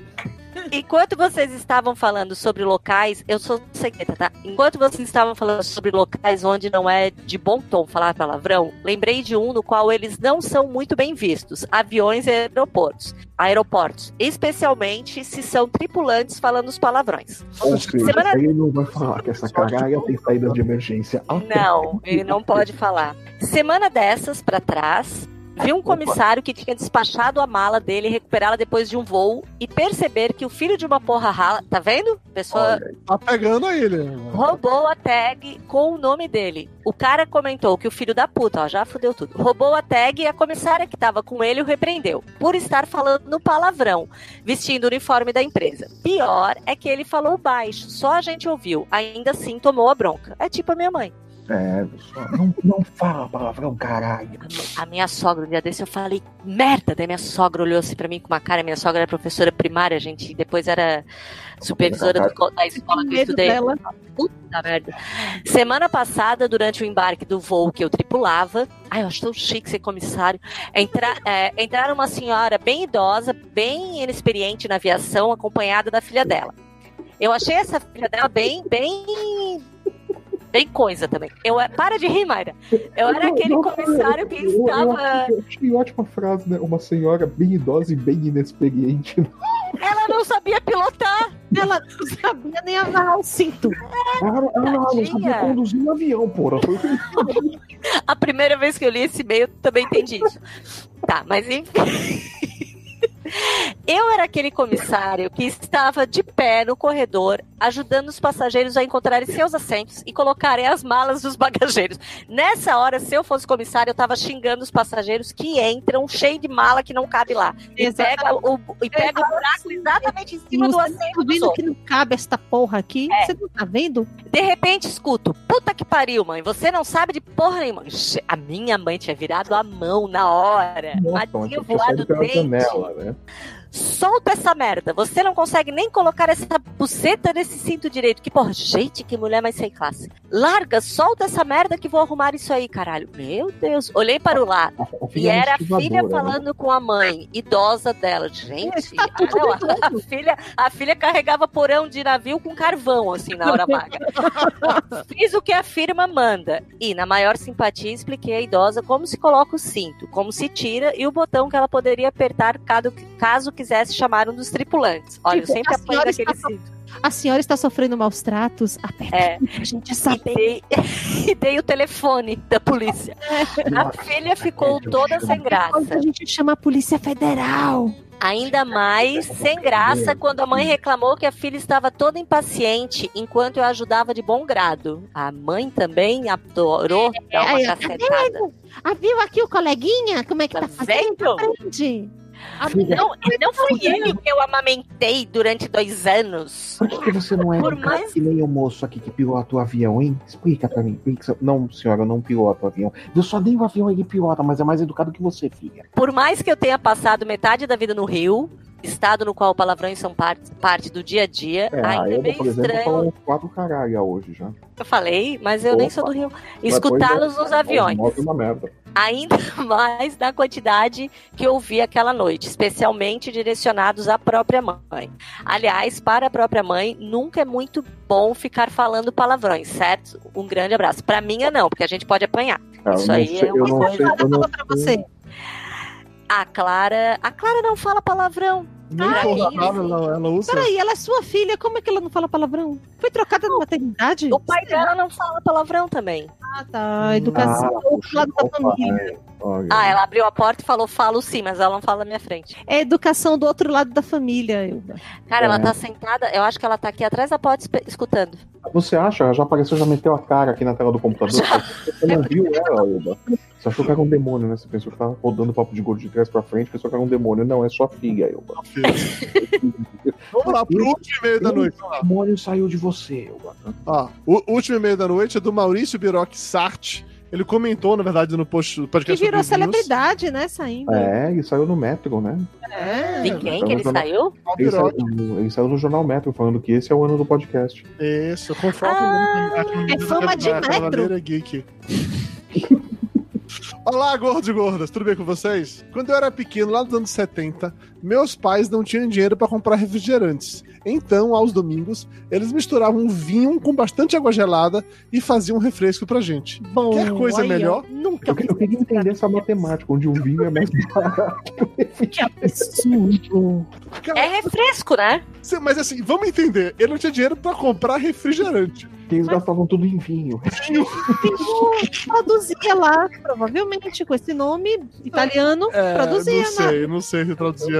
[SPEAKER 3] Enquanto vocês estavam falando sobre locais, eu sou secreta, tá? Enquanto vocês estavam falando sobre locais onde não é de bom tom falar palavrão, lembrei de um no qual eles não são muito bem vistos: aviões e aeroportos. Aeroportos, especialmente se são tripulantes falando os palavrões.
[SPEAKER 2] Ou seja,
[SPEAKER 3] Semana-
[SPEAKER 2] ele não vai falar que essa caralha tem saída de emergência.
[SPEAKER 3] Não, ele não pode falar. Semana dessas pra trás, vi um comissário que tinha despachado a mala dele e recuperá-la depois de um voo e perceber que o filho de uma porra rala, tá vendo? Pessoa
[SPEAKER 1] Tá pegando a ele.
[SPEAKER 3] roubou a tag com o nome dele. O cara comentou que o filho da puta, ó, já fudeu tudo. Roubou a tag e a comissária que tava com ele o repreendeu por estar falando no palavrão, vestindo o uniforme da empresa. Pior é que ele falou baixo, só a gente ouviu. Ainda assim tomou a bronca. É tipo a minha mãe.
[SPEAKER 2] É, pessoal, não, não fala palavrão, caralho.
[SPEAKER 3] A mi- A minha sogra, um dia desse, eu falei, merda! Daí minha sogra olhou assim pra mim com uma cara. Minha sogra era professora primária, gente, e depois era supervisora do co- da escola que eu
[SPEAKER 4] medo
[SPEAKER 3] estudei.
[SPEAKER 4] dela.
[SPEAKER 3] Puta merda. Semana passada, durante o embarque do voo que eu tripulava, ai, eu acho tão chique ser comissário. Entra, é, entraram uma senhora bem idosa, bem inexperiente na aviação, acompanhada da filha dela. Eu achei essa filha dela bem, bem. Bem coisa também. Eu, é- para de rir, Mayra. Eu era aquele comissário que
[SPEAKER 2] Eu- eu
[SPEAKER 3] estava.
[SPEAKER 2] achei- Eu achei ótima frase, né? Uma senhora bem idosa e bem inexperiente.
[SPEAKER 3] Ela não sabia pilotar.
[SPEAKER 4] Ela não sabia nem amarrar o cinto.
[SPEAKER 2] Ela, ela- ela não sabia
[SPEAKER 3] Tadinha.
[SPEAKER 2] conduzir um avião, porra. Foi o que
[SPEAKER 3] A primeira vez que eu li esse e-mail, eu também entendi isso. Tá, mas enfim. Eu era aquele comissário que estava de pé no corredor, ajudando os passageiros a encontrarem seus assentos e colocarem as malas dos bagageiros. Nessa hora, se eu fosse comissário, eu estava xingando os passageiros que entram cheio de mala que não cabe lá. E
[SPEAKER 4] Exatamente.
[SPEAKER 3] pega o, e pega o buraco exatamente em cima do É.
[SPEAKER 4] Você
[SPEAKER 3] assento
[SPEAKER 4] tá
[SPEAKER 3] dos
[SPEAKER 4] vendo
[SPEAKER 3] outros.
[SPEAKER 4] que não cabe esta porra aqui? Você não tá vendo?
[SPEAKER 3] De repente escuto, puta que pariu, mãe, você não sabe de porra nenhuma. Che- A minha mãe tinha virado a mão na hora.
[SPEAKER 2] Nossa,
[SPEAKER 3] Ela tinha
[SPEAKER 2] mas tinha saído
[SPEAKER 3] voado
[SPEAKER 2] pela
[SPEAKER 3] dente.
[SPEAKER 2] janela, né?
[SPEAKER 3] Solta essa merda, você não consegue nem colocar essa buceta nesse cinto direito. Que porra, gente, que mulher mais sem classe. Larga, solta essa merda que vou arrumar isso aí, caralho. Meu Deus, olhei para o lado.
[SPEAKER 2] A- a
[SPEAKER 3] E
[SPEAKER 2] filha
[SPEAKER 3] era a
[SPEAKER 2] motivadora,
[SPEAKER 3] filha
[SPEAKER 2] né?
[SPEAKER 3] falando com a mãe, idosa dela. Gente,
[SPEAKER 4] Tá tudo
[SPEAKER 3] ah, não,
[SPEAKER 4] bem.
[SPEAKER 3] a, filha, a filha carregava porão de navio com carvão, assim, na hora vaga. Fiz o que a firma manda. E, na maior simpatia, expliquei à idosa como se coloca o cinto, como se tira e o botão que ela poderia apertar caso, caso quisesse chamar um dos tripulantes. Olha,
[SPEAKER 4] Tipo,
[SPEAKER 3] eu sempre
[SPEAKER 4] a
[SPEAKER 3] apanho
[SPEAKER 4] senhora
[SPEAKER 3] daquele
[SPEAKER 4] está-
[SPEAKER 3] cinto.
[SPEAKER 4] A senhora está sofrendo maus tratos? Aperta
[SPEAKER 3] É.
[SPEAKER 4] aqui pra gente
[SPEAKER 3] E
[SPEAKER 4] saber.
[SPEAKER 3] dei, e dei o telefone da polícia.
[SPEAKER 4] É.
[SPEAKER 3] A filha ficou toda sem
[SPEAKER 4] Quando
[SPEAKER 3] graça.
[SPEAKER 4] a gente chama a Polícia Federal.
[SPEAKER 3] Ainda mais sem graça quando a mãe reclamou que a filha estava toda impaciente enquanto eu ajudava de bom grado. A mãe também adorou dar É uma
[SPEAKER 4] Aí, ó, tá
[SPEAKER 3] cacetada.
[SPEAKER 4] Ah, viu aqui o coleguinha? Como é que
[SPEAKER 3] Tá
[SPEAKER 4] tá, fazendo?
[SPEAKER 3] vendo?
[SPEAKER 4] Aprende.
[SPEAKER 2] Filha,
[SPEAKER 3] Não, não foi ele que eu amamentei durante dois anos.
[SPEAKER 2] Por que, que você não é
[SPEAKER 3] Por
[SPEAKER 2] um cara
[SPEAKER 3] mais-
[SPEAKER 2] que nem o moço aqui que pilota o avião, hein? Explica pra mim. por que que você- Não, senhora, eu não piloto o avião. Eu só dei o avião ele pilota, mas é mais educado que você, filha.
[SPEAKER 3] Por mais que eu tenha passado metade da vida no Rio, estado no qual palavrões são parte, parte do dia a dia, ainda é meio estranho.
[SPEAKER 2] uns quatro caralho hoje já.
[SPEAKER 3] Eu falei, mas eu nem sou do Rio. Escutá-los
[SPEAKER 2] é
[SPEAKER 3] nos aviões. ainda mais na quantidade que eu vi aquela noite, especialmente direcionados à própria mãe. Aliás, para a própria mãe, nunca é muito bom ficar falando palavrões, certo? Um grande abraço. Para minha não, porque a gente pode apanhar. Isso aí é uma coisa-
[SPEAKER 4] Ela fala pra você.
[SPEAKER 3] A Clara, a Clara não fala palavrão.
[SPEAKER 1] Nem
[SPEAKER 3] Ai,
[SPEAKER 1] porra
[SPEAKER 3] isso.
[SPEAKER 1] rala ela, ela usa.
[SPEAKER 4] Peraí, ela é sua filha, como é que ela não fala palavrão? Foi trocada na maternidade?
[SPEAKER 3] O pai dela não fala palavrão também.
[SPEAKER 4] Ah, tá. Educação,
[SPEAKER 2] Ah,
[SPEAKER 4] o lado da família.
[SPEAKER 2] é,
[SPEAKER 3] Ah, ela abriu a porta e falou falo sim, mas ela não fala na minha frente.
[SPEAKER 4] É educação do outro lado da família, Ilda.
[SPEAKER 3] Cara, ela
[SPEAKER 2] É.
[SPEAKER 3] tá sentada, eu acho que ela tá aqui atrás da porta espe- escutando.
[SPEAKER 2] Você acha? Ela Já apareceu, já meteu a cara aqui na tela do computador. Você não viu ela, Uba. Você achou que era um demônio, né? Você pensou que tava rodando papo de gordo de trás pra frente, pensou que era um demônio. Não, é sua filha, Uba.
[SPEAKER 1] Vamos lá, pro último e-mail da noite. vamos lá.
[SPEAKER 2] O demônio saiu de você, Uba.
[SPEAKER 1] Ó, o último e-mail da noite é do Maurício Biroc Sart. Ele comentou, na verdade, no post do
[SPEAKER 4] Que
[SPEAKER 1] podcast. sobre
[SPEAKER 4] virou
[SPEAKER 1] os News.
[SPEAKER 4] celebridade, né, saindo.
[SPEAKER 2] É, ele saiu no Metro, né?
[SPEAKER 1] É,
[SPEAKER 3] De quem que ele
[SPEAKER 2] Então,
[SPEAKER 3] saiu?
[SPEAKER 1] Paulo
[SPEAKER 2] Ele saiu,
[SPEAKER 1] Biroc.
[SPEAKER 2] ele saiu no Jornal Metro falando que esse é o ano do podcast.
[SPEAKER 1] Isso, com foto
[SPEAKER 3] Ah,
[SPEAKER 4] é fama de metro.
[SPEAKER 1] Cavaleira Geek. Olá, gordos e gordas, tudo bem com vocês? Quando eu era pequeno, lá nos anos 70, meus pais não tinham dinheiro para comprar refrigerantes. Então, aos domingos, eles misturavam vinho com bastante água gelada e faziam um refresco pra gente.
[SPEAKER 4] Bom,
[SPEAKER 1] Quer coisa
[SPEAKER 4] olha,
[SPEAKER 1] melhor?
[SPEAKER 4] Nunca
[SPEAKER 2] Eu, que- eu queria entender essa matemática, onde o vinho é mais barato.
[SPEAKER 4] Que absurdo.
[SPEAKER 3] É
[SPEAKER 1] Cara,
[SPEAKER 3] refresco, né?
[SPEAKER 1] cê- mas assim, vamos entender, ele não tinha dinheiro para comprar refrigerante.
[SPEAKER 2] que eles gastavam tudo em vinho.
[SPEAKER 4] Pingu Produzia lá, provavelmente com esse nome italiano,
[SPEAKER 1] É,
[SPEAKER 4] produzia,
[SPEAKER 1] não
[SPEAKER 4] né?
[SPEAKER 1] sei, não sei se traduzia.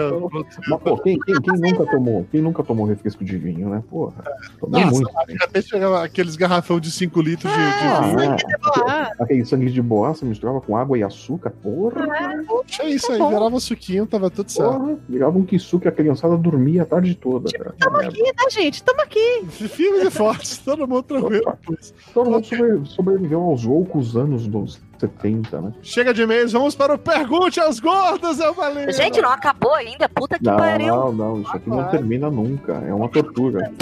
[SPEAKER 2] Mas, pô, quem, quem- quem nunca tomou? Quem nunca tomou refresco de vinho, né? Porra. Tomei
[SPEAKER 1] Nossa,
[SPEAKER 2] muito. né?
[SPEAKER 1] Até chegava aqueles garrafão de 5 litros de,
[SPEAKER 4] É.
[SPEAKER 1] de vinho.
[SPEAKER 2] Ah,
[SPEAKER 4] Ah,
[SPEAKER 2] aquele sangue de boassa misturava com água e açúcar, porra.
[SPEAKER 1] É isso
[SPEAKER 3] Tá
[SPEAKER 1] aí,
[SPEAKER 4] bom.
[SPEAKER 1] virava suquinho, tava tudo certo.
[SPEAKER 2] Porra, virava um quiçu que a criançada dormia a tarde toda, cara.
[SPEAKER 4] Tamo aqui, né, gente? Tamo aqui.
[SPEAKER 1] Firmes e fortes, todo mundo tranquilo.
[SPEAKER 2] Todo mundo sobre- sobreviveu aos loucos anos dos 70, né?
[SPEAKER 1] Chega de e-mails, vamos para o Pergunte é aos Gordos, eu falei.
[SPEAKER 3] Gente, não acabou ainda. Puta que
[SPEAKER 2] É. Não,
[SPEAKER 3] pariu.
[SPEAKER 2] não, não, isso aqui não
[SPEAKER 1] Rapaz.
[SPEAKER 2] termina nunca. É uma tortura.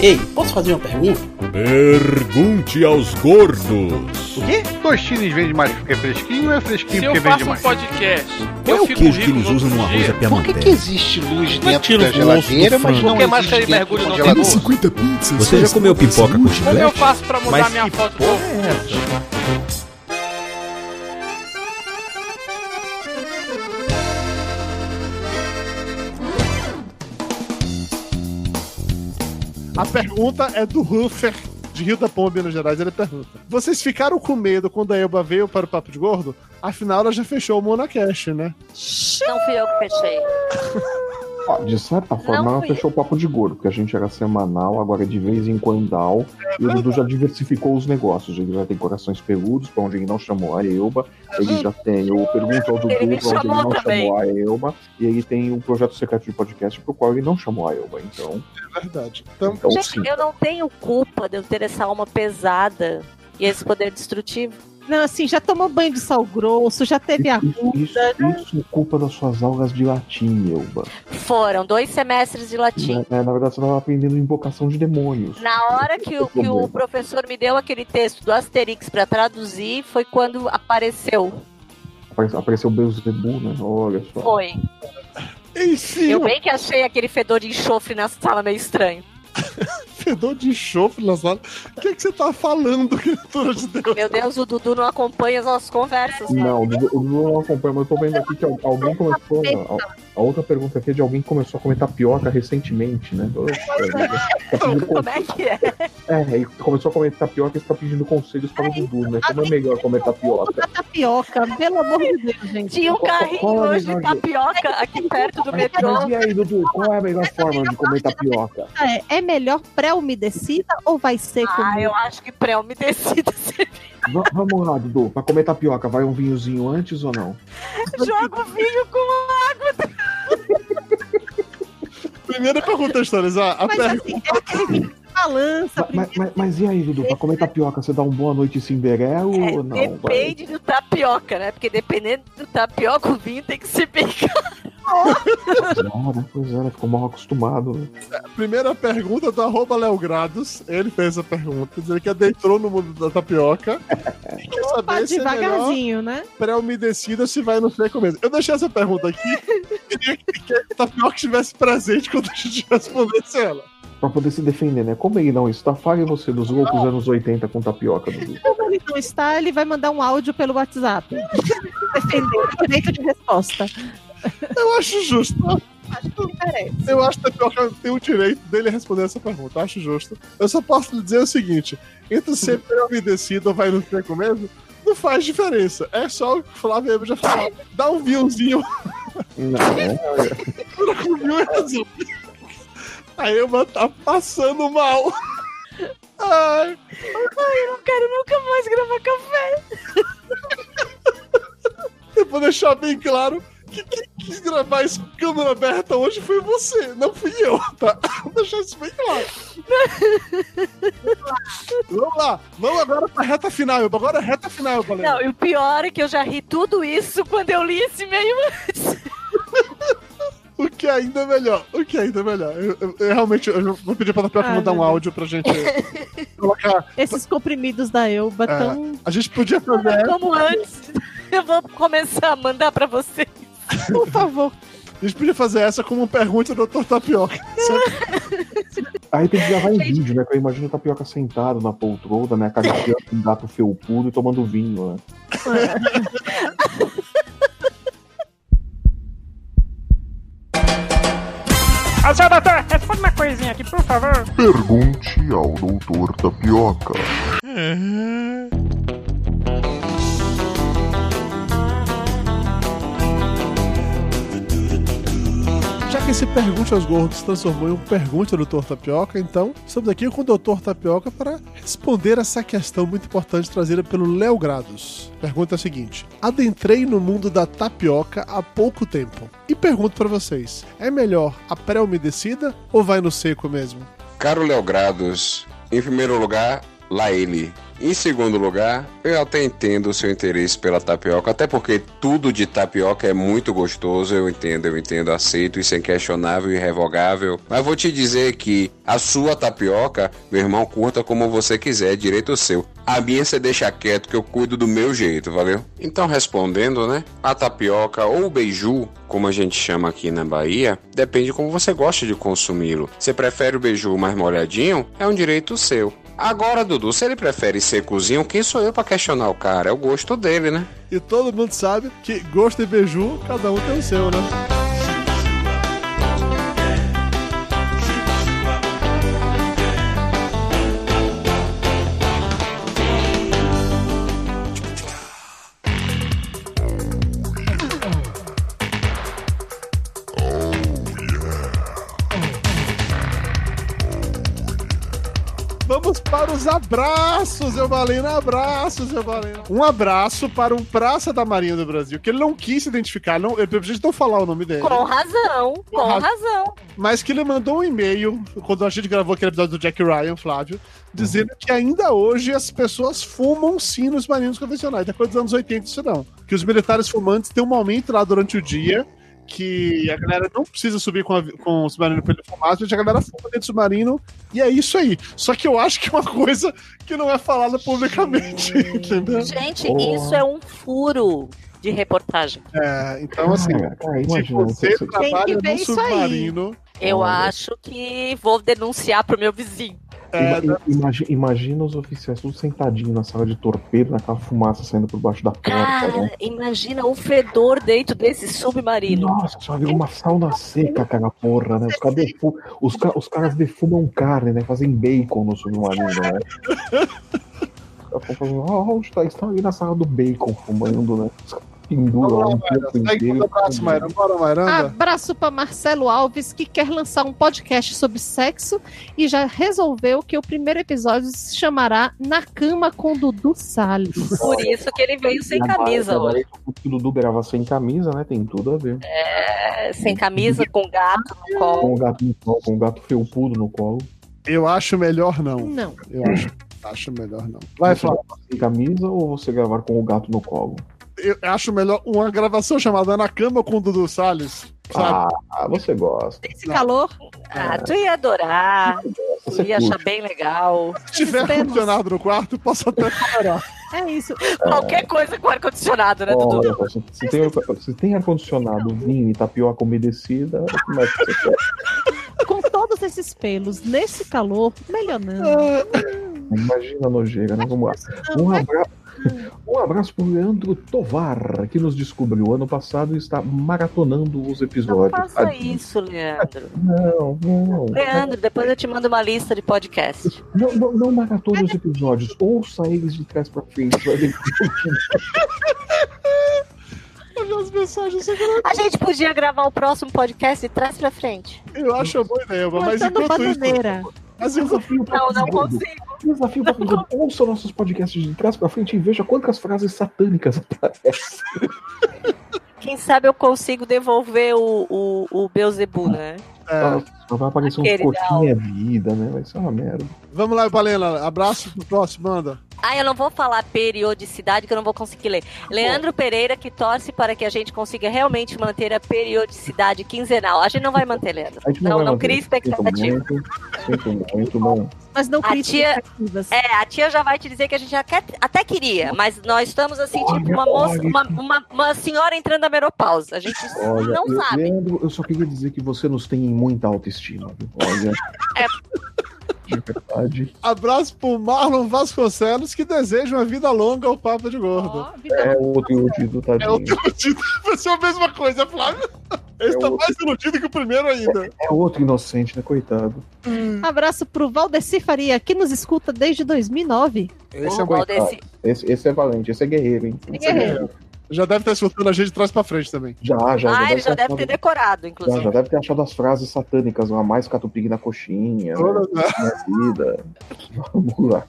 [SPEAKER 7] Ei, posso fazer uma pergunta?
[SPEAKER 5] Pergunte aos gordos.
[SPEAKER 8] O quê? Tostines vende mais porque é fresquinho ou é fresquinho
[SPEAKER 9] Se eu
[SPEAKER 8] porque vende
[SPEAKER 9] faço um
[SPEAKER 8] mais?
[SPEAKER 9] podcast,
[SPEAKER 5] Qual é
[SPEAKER 9] eu
[SPEAKER 5] o
[SPEAKER 9] fico
[SPEAKER 5] queijo que
[SPEAKER 9] rico
[SPEAKER 5] eles
[SPEAKER 9] no
[SPEAKER 5] usam
[SPEAKER 9] outro
[SPEAKER 5] num arroz da
[SPEAKER 9] dia.
[SPEAKER 8] Por que, que
[SPEAKER 5] Piamonte?
[SPEAKER 8] existe
[SPEAKER 9] um
[SPEAKER 8] luz
[SPEAKER 5] Mas
[SPEAKER 8] dentro
[SPEAKER 5] tira
[SPEAKER 8] da
[SPEAKER 5] o osso do
[SPEAKER 8] geladeira, mas
[SPEAKER 5] frango.
[SPEAKER 8] não
[SPEAKER 9] Por que é mais
[SPEAKER 8] existe
[SPEAKER 9] que ele
[SPEAKER 8] dentro do
[SPEAKER 9] mergulha no
[SPEAKER 8] congelador?
[SPEAKER 9] outro
[SPEAKER 5] Você já comeu pipoca com
[SPEAKER 9] Como eu
[SPEAKER 8] é
[SPEAKER 5] chiclete?
[SPEAKER 9] faço pra mudar
[SPEAKER 5] Mas
[SPEAKER 9] minha
[SPEAKER 5] que
[SPEAKER 9] foto
[SPEAKER 5] porra
[SPEAKER 9] do
[SPEAKER 5] é essa?
[SPEAKER 1] A pergunta é do Ruffer. De Rio da Pomba, Minas Gerais, ele pergunta: Vocês ficaram com medo quando a Elba veio para o Papo de Gordo? Afinal, ela já fechou o Monacast, né?
[SPEAKER 3] Não fui eu que fechei.
[SPEAKER 2] Ó, de certa forma,
[SPEAKER 3] Não
[SPEAKER 2] ela
[SPEAKER 3] fui
[SPEAKER 2] fechou o papo de gordo, porque a gente era semanal, agora é de vez em quando. e o Dudu já diversificou os negócios. Ele já tem corações peludos, pra onde ele não chamou a Elba. Ele já tem o Pergunta ao Dudu,
[SPEAKER 3] Ele me
[SPEAKER 2] pra onde ele
[SPEAKER 3] chamou
[SPEAKER 2] não
[SPEAKER 3] também.
[SPEAKER 2] chamou a Elba. E ele tem o projeto secreto de podcast, pro qual ele não chamou a Elba. Então,
[SPEAKER 1] É verdade. Então,
[SPEAKER 2] então sim.
[SPEAKER 3] Gente, eu não tenho culpa de eu ter essa alma pesada e esse poder destrutivo.
[SPEAKER 4] Não, assim, já tomou banho de sal grosso, já teve a
[SPEAKER 2] Isso, isso, isso
[SPEAKER 3] né?
[SPEAKER 2] é culpa das suas aulas de latim, Elba.
[SPEAKER 3] Foram dois semestres de latim.
[SPEAKER 2] Na, na verdade, você estava aprendendo invocação de demônios.
[SPEAKER 3] Na hora que o, que o professor me deu aquele texto do Asterix pra traduzir, foi quando apareceu.
[SPEAKER 2] Apare- Apareceu o Beuzebu, né? Olha só.
[SPEAKER 3] Foi.
[SPEAKER 1] enfim,
[SPEAKER 3] Eu
[SPEAKER 1] o
[SPEAKER 3] bem que achei aquele fedor de enxofre na sala meio estranho.
[SPEAKER 1] fedor de enxofre na sala. O que, é que você tá falando, criatura de Deus?
[SPEAKER 3] Meu Deus, o Dudu não acompanha as nossas conversas. cara.
[SPEAKER 2] Não, o Dudu o Dudu não acompanha, mas eu tô vendo aqui que al- alguém começou. A, a- a outra pergunta aqui é de alguém que começou a comentar pioca recentemente, né? Poxa, tá pedindo con-
[SPEAKER 3] Como é que é?
[SPEAKER 2] é, ele começou a comentar pioca e está pedindo conselhos para o Dudu, né? Como é melhor comentar pioca?
[SPEAKER 4] da tapioca, pelo amor de Deus, gente.
[SPEAKER 3] Tinha um
[SPEAKER 2] Qual- qual-
[SPEAKER 3] carrinho
[SPEAKER 2] qual é a
[SPEAKER 3] hoje de
[SPEAKER 2] melhor jeito?
[SPEAKER 3] tapioca aqui perto do
[SPEAKER 2] Mas,
[SPEAKER 3] metrô.
[SPEAKER 2] mas e aí, Dudu, qual é a melhor forma de comentar pioca?
[SPEAKER 4] É, é melhor pré-umedecida ou vai ser
[SPEAKER 3] Ah,
[SPEAKER 4] como
[SPEAKER 3] eu acho que pré-umedecida
[SPEAKER 2] V- vamos lá, Dudu, para comentar pioca, vai um vinhozinho antes ou não?
[SPEAKER 3] joga o vinho com.
[SPEAKER 1] Primeiro, pra contextualizar, a
[SPEAKER 4] Mas
[SPEAKER 1] pergunta.
[SPEAKER 4] assim, é aquele vinho que balança
[SPEAKER 2] Mas,
[SPEAKER 4] primeiro.
[SPEAKER 2] mas- mas e aí, Dudu, para comentar pioca, você dá um boa noite Cinderela ou não? Vai.
[SPEAKER 3] É, Depende do tapioca, né? Porque dependendo do tapioca, o vinho tem que ser bem
[SPEAKER 2] Ah, né? Pois é, né? ficou mal acostumado. né?
[SPEAKER 1] Primeira pergunta do arroba Léo Grados. Ele fez a pergunta, dizendo que adentrou no mundo da tapioca. E quer
[SPEAKER 4] Opa,
[SPEAKER 1] saber se é melhor
[SPEAKER 4] devagarzinho, né?
[SPEAKER 1] pré-umedecida ou se vai no seco mesmo. Eu deixei essa pergunta aqui. Queria que que a tapioca estivesse presente quando a gente respondesse ela.
[SPEAKER 2] Pra poder se defender, né? Como ele não está, fale você dos loucos anos 80 com tapioca, Dudu.
[SPEAKER 4] Como Então, ele não está, ele vai mandar um áudio pelo WhatsApp. Defendendo o direito de resposta.
[SPEAKER 1] Eu acho justo.
[SPEAKER 4] Acho que merece.
[SPEAKER 1] Eu acho que a tapioca tem o direito dele responder essa pergunta. Eu acho justo. Eu só posso lhe dizer o seguinte: entre ser pré-umedecido ou vai no seco mesmo. Não faz diferença. É só o que o Flávio Ebo já falou. Dá um vinhozinho
[SPEAKER 2] Não, né?
[SPEAKER 1] Mil reais. A Eva tá passando mal. Ai,
[SPEAKER 3] não quero nunca mais gravar café.
[SPEAKER 1] eu vou deixar bem claro que quem quis gravar isso com câmera aberta hoje foi você, não fui eu, tá? Vou deixar isso bem claro. Vamos lá, vamos agora pra reta final, Elba. Agora é reta final, galera.
[SPEAKER 3] Não, e o pior é que eu já ri tudo isso quando eu li esse meio.
[SPEAKER 1] O que ainda é melhor, o que ainda é melhor. Eu, eu- eu realmente eu vou pedir pra Tapioca
[SPEAKER 4] Ai,
[SPEAKER 1] mandar um
[SPEAKER 4] meu
[SPEAKER 1] áudio pra gente colocar.
[SPEAKER 4] Esses comprimidos da Elba
[SPEAKER 1] É.
[SPEAKER 4] tão.
[SPEAKER 1] A gente podia fazer
[SPEAKER 3] Como antes. Eu vou começar a mandar pra você.
[SPEAKER 4] Por favor.
[SPEAKER 1] A gente podia fazer essa como pergunta do Dr. Tapioca.
[SPEAKER 2] Aí tem que gravar em vídeo, né? Que eu imagino o tapioca sentado na poltrona, né? Cagateando um gato felpudo e tomando vinho, né?
[SPEAKER 9] Ah, seu doutor, responde uma coisinha aqui, por favor.
[SPEAKER 10] Pergunte ao doutor Tapioca.
[SPEAKER 1] Já que esse Pergunte aos Gordos se transformou em um Pergunte ao Dr. Tapioca, então estamos aqui com o Dr. Tapioca para responder essa questão muito importante trazida pelo Léo Grados. Pergunta é a seguinte: Adentrei no mundo da tapioca há pouco tempo e pergunto para vocês: é melhor a pré-umedecida ou vai no seco mesmo?
[SPEAKER 11] Caro Leogrados, em primeiro lugar, lá ele. Em segundo lugar, eu até entendo o seu interesse pela tapioca, até porque tudo de tapioca é muito gostoso, eu entendo, eu entendo, aceito, isso é inquestionável e irrevogável. Mas vou te dizer que a sua tapioca, meu irmão, curta como você quiser, é direito seu. A minha você deixa quieto que eu cuido do meu jeito, valeu? Então, respondendo, né? A tapioca ou o beiju, como a gente chama aqui na Bahia, depende como você gosta de consumi-lo. Você prefere o beiju mais molhadinho? É um direito seu. Agora, Dudu, se ele prefere ser cozinho, quem sou eu pra questionar o cara? É o gosto dele, né?
[SPEAKER 1] E todo mundo sabe que gosto e beiju, cada um tem o seu, né? Vamos para os abraços, Eubalena. Abraços, Eubalena. Um abraço para um praça da Marinha do Brasil, que ele não quis se identificar. Não, eu preciso não falar o nome dele.
[SPEAKER 3] Com razão, com
[SPEAKER 1] Porra.
[SPEAKER 3] razão.
[SPEAKER 1] Mas que ele mandou um e-mail, quando a gente gravou aquele episódio do Jack Ryan, Flávio, dizendo que ainda hoje as pessoas fumam sim nos marinhos convencionais. Da coisa dos anos 80 isso não. Que os militares fumantes têm um aumento lá durante o dia que a galera não precisa subir com, a, com o submarino pra ele fumar, mas a galera fuma dentro do submarino e é isso aí. Só que eu acho que é uma coisa que não é falada publicamente, entendeu?
[SPEAKER 3] Gente,
[SPEAKER 2] Porra.
[SPEAKER 3] isso é um furo de reportagem.
[SPEAKER 1] É, então assim,
[SPEAKER 2] Cara, cara,
[SPEAKER 1] se
[SPEAKER 2] imagina,
[SPEAKER 1] você tá
[SPEAKER 2] você-
[SPEAKER 1] trabalha
[SPEAKER 4] ver
[SPEAKER 1] num
[SPEAKER 4] isso aí.
[SPEAKER 1] submarino,
[SPEAKER 3] Eu
[SPEAKER 2] Olha.
[SPEAKER 3] acho que vou denunciar pro meu vizinho.
[SPEAKER 1] é,
[SPEAKER 2] Ima- imagi- imagina os oficiais todos sentadinhos na sala de torpedo, naquela fumaça saindo por baixo da porta. né?
[SPEAKER 3] Cara, imagina o fedor dentro desse submarino.
[SPEAKER 2] Nossa, só virou uma sauna seca aquela porra, né? Os, caras defu- os, ca- os caras defumam carne, né? Fazem bacon no submarino, né? Os caras falam, "Ah, onde tá? Eles estão ali na sala do bacon fumando, né? Os caras penduram lá um tempo
[SPEAKER 1] segue
[SPEAKER 2] inteiro.
[SPEAKER 1] pro abraço, Mayra. Bora, Mayranda.
[SPEAKER 4] Abraço para Marcelo Alves, que quer lançar um podcast sobre sexo e já resolveu que o primeiro episódio se chamará Na Cama com Dudu Salles.
[SPEAKER 3] Por isso que ele veio sem
[SPEAKER 2] E agora,
[SPEAKER 3] camisa
[SPEAKER 2] agora,
[SPEAKER 3] hoje.
[SPEAKER 2] O Dudu grava sem camisa, né? Tem tudo a ver.
[SPEAKER 3] É, sem camisa, com gato no colo.
[SPEAKER 2] Com o gato no colo, com o gato felpudo no colo.
[SPEAKER 1] Eu acho melhor não.
[SPEAKER 4] Não.
[SPEAKER 1] Eu acho, acho melhor não. Hum. Vai,
[SPEAKER 2] Você
[SPEAKER 1] Flávio.
[SPEAKER 2] gravar Sem camisa ou você gravar com o gato no colo?
[SPEAKER 1] Eu acho melhor uma gravação chamada Na Cama com o Dudu Salles. Sabe?
[SPEAKER 2] Ah, você gosta.
[SPEAKER 4] Esse
[SPEAKER 1] Não.
[SPEAKER 4] calor,
[SPEAKER 3] Ah, tu ia adorar, tu
[SPEAKER 2] Você
[SPEAKER 3] ia
[SPEAKER 2] curte.
[SPEAKER 3] achar bem legal.
[SPEAKER 1] Se tiver
[SPEAKER 4] esperamos.
[SPEAKER 1] condicionado no quarto, posso até tolerar.
[SPEAKER 4] é isso.
[SPEAKER 3] Qualquer coisa com ar-condicionado, né, Dudu?
[SPEAKER 2] Olha, se, se tem, se tem ar-condicionado, vinho e tapioca umedecida, como é que você quer?
[SPEAKER 4] Com todos esses pelos, nesse calor, melhor não.
[SPEAKER 2] Imagina a nojeira, né? Vamos lá. Um
[SPEAKER 4] é
[SPEAKER 2] abraço. Um abraço pro Leandro Tovar, que nos descobriu ano passado e está maratonando os
[SPEAKER 3] Não
[SPEAKER 2] episódios.
[SPEAKER 3] faça
[SPEAKER 2] Tadinho.
[SPEAKER 3] isso, Leandro.
[SPEAKER 2] Não, não.
[SPEAKER 3] Leandro, depois eu te mando uma lista de podcast.
[SPEAKER 2] Não, não, não maratona os episódios. Ouça eles de trás pra frente. vai ver.
[SPEAKER 1] Olha as mensagens.
[SPEAKER 3] A gente podia gravar o próximo podcast de trás pra frente.
[SPEAKER 1] Eu acho uma boa ideia, mas
[SPEAKER 4] Plantando
[SPEAKER 1] enquanto isso.
[SPEAKER 4] bananeira.
[SPEAKER 1] Mas
[SPEAKER 2] um
[SPEAKER 1] enquanto
[SPEAKER 3] Não, não consigo.
[SPEAKER 2] Desafio pra fazer. Ouça nossos podcasts de trás pra frente e veja quantas frases satânicas aparecem.
[SPEAKER 3] Quem sabe eu consigo devolver o, o, o Beuzebu, né?
[SPEAKER 1] é,
[SPEAKER 2] Só vai aparecer uns
[SPEAKER 3] Aquele
[SPEAKER 2] coxinha vida, né? Vai ser uma merda.
[SPEAKER 1] vamos lá, Balena. Abraço pro próximo, manda.
[SPEAKER 3] Ah, eu não vou falar periodicidade que eu não vou conseguir ler. Leandro Pereira que torce para que a gente consiga realmente manter a periodicidade quinzenal. A gente não vai manter, Leandro.
[SPEAKER 2] A gente é um
[SPEAKER 3] Não,
[SPEAKER 2] vai
[SPEAKER 3] não
[SPEAKER 2] manter.
[SPEAKER 3] né? cria expectativa.
[SPEAKER 2] Sinto muito, sinto muito, não.
[SPEAKER 4] mas não
[SPEAKER 3] a tia,
[SPEAKER 4] criativas.
[SPEAKER 3] É, a tia já vai te dizer que a gente já quer- até queria, mas nós estamos assim, tipo, uma moça, uma, uma- uma senhora entrando na menopausa. A gente
[SPEAKER 2] Olha,
[SPEAKER 3] não
[SPEAKER 2] eu,
[SPEAKER 3] sabe.
[SPEAKER 2] Leandro, eu só queria dizer que você nos tem em muita autoestima. viu? Olha,
[SPEAKER 3] É.
[SPEAKER 2] de verdade.
[SPEAKER 1] Abraço pro Marlon Vasconcelos, que deseja uma vida longa ao Papo de
[SPEAKER 4] Ah.
[SPEAKER 1] Gordo.
[SPEAKER 2] É outro iludido, tadinho.
[SPEAKER 1] É outro iludido. Vai ser a mesma coisa, Flávio. Ele tá mais iludido que o primeiro ainda.
[SPEAKER 2] É outro inocente, né? Coitado.
[SPEAKER 4] Um Abraço pro Valdeci Faria, que nos escuta desde 2009.
[SPEAKER 1] Esse é
[SPEAKER 2] Coitado. Esse, esse é valente, esse é guerreiro, hein?
[SPEAKER 4] guerreiro.
[SPEAKER 1] Já deve estar escutando a gente de trás pra frente também.
[SPEAKER 2] Já, já.
[SPEAKER 3] Ah,
[SPEAKER 2] já
[SPEAKER 3] ele já deve ter
[SPEAKER 2] achado-
[SPEAKER 3] decorado,
[SPEAKER 2] já,
[SPEAKER 3] inclusive.
[SPEAKER 2] já deve ter achado as frases satânicas lá, mais catupiry na coxinha, né?
[SPEAKER 1] Todas, né?
[SPEAKER 2] na vida. Vamos lá.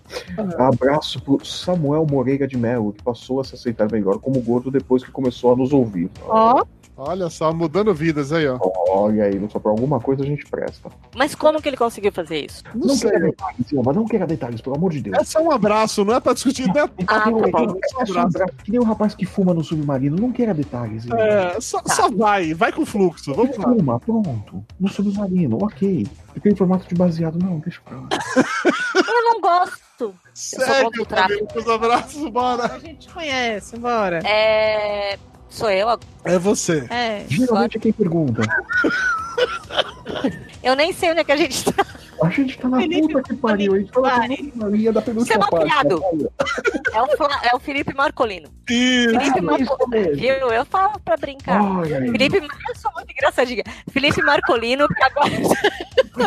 [SPEAKER 2] Abraço pro Samuel Moreira de Melo, que passou a se aceitar melhor como gordo depois que começou a nos ouvir.
[SPEAKER 4] Ó,
[SPEAKER 1] Olha só, mudando vidas aí, ó.
[SPEAKER 2] Olha aí, não só pra alguma coisa a gente presta.
[SPEAKER 3] Mas como que ele conseguiu fazer isso?
[SPEAKER 1] Não,
[SPEAKER 2] Não
[SPEAKER 1] sei.
[SPEAKER 2] quero detalhes, Silva, não quero detalhes, pelo amor de Deus.
[SPEAKER 1] É só um abraço, não é pra discutir. Né?
[SPEAKER 3] Ah,
[SPEAKER 2] Tem um-
[SPEAKER 3] tá
[SPEAKER 2] tem
[SPEAKER 3] bom.
[SPEAKER 2] um- é só um abraço, que nem o rapaz que fuma no submarino, não quero detalhes. Silva.
[SPEAKER 1] É, só,
[SPEAKER 4] Tá.
[SPEAKER 1] só vai, vai com o fluxo. Vamos lá.
[SPEAKER 2] Fuma, pronto. No submarino, ok. Fiquei em formato de baseado, não, deixa pra lá.
[SPEAKER 3] Ah, Eu não gosto. sou contra
[SPEAKER 1] Sério,
[SPEAKER 3] o tráfico.
[SPEAKER 1] Camila, meus abraços, bora.
[SPEAKER 4] a gente conhece, bora.
[SPEAKER 3] É. Sou eu agora.
[SPEAKER 1] É você.
[SPEAKER 4] É.
[SPEAKER 2] Geralmente é quem pergunta.
[SPEAKER 3] Eu nem sei onde é que a gente tá.
[SPEAKER 2] A gente tá na
[SPEAKER 4] Felipe,
[SPEAKER 2] puta que pariu, a gente tá na
[SPEAKER 4] vai.
[SPEAKER 2] penúltima linha da né?
[SPEAKER 3] Você é
[SPEAKER 2] penúltima
[SPEAKER 3] mal
[SPEAKER 2] página.
[SPEAKER 3] criado. É o, Fla- é o Felipe Marcolino.
[SPEAKER 1] E
[SPEAKER 3] Felipe
[SPEAKER 2] isso
[SPEAKER 3] Marcolino.
[SPEAKER 2] mesmo.
[SPEAKER 3] Viu? Eu falo pra brincar.
[SPEAKER 2] Olha aí.
[SPEAKER 3] Felipe, Mar- eu sou muito engraçadinha. Felipe Marcolino, que aguarda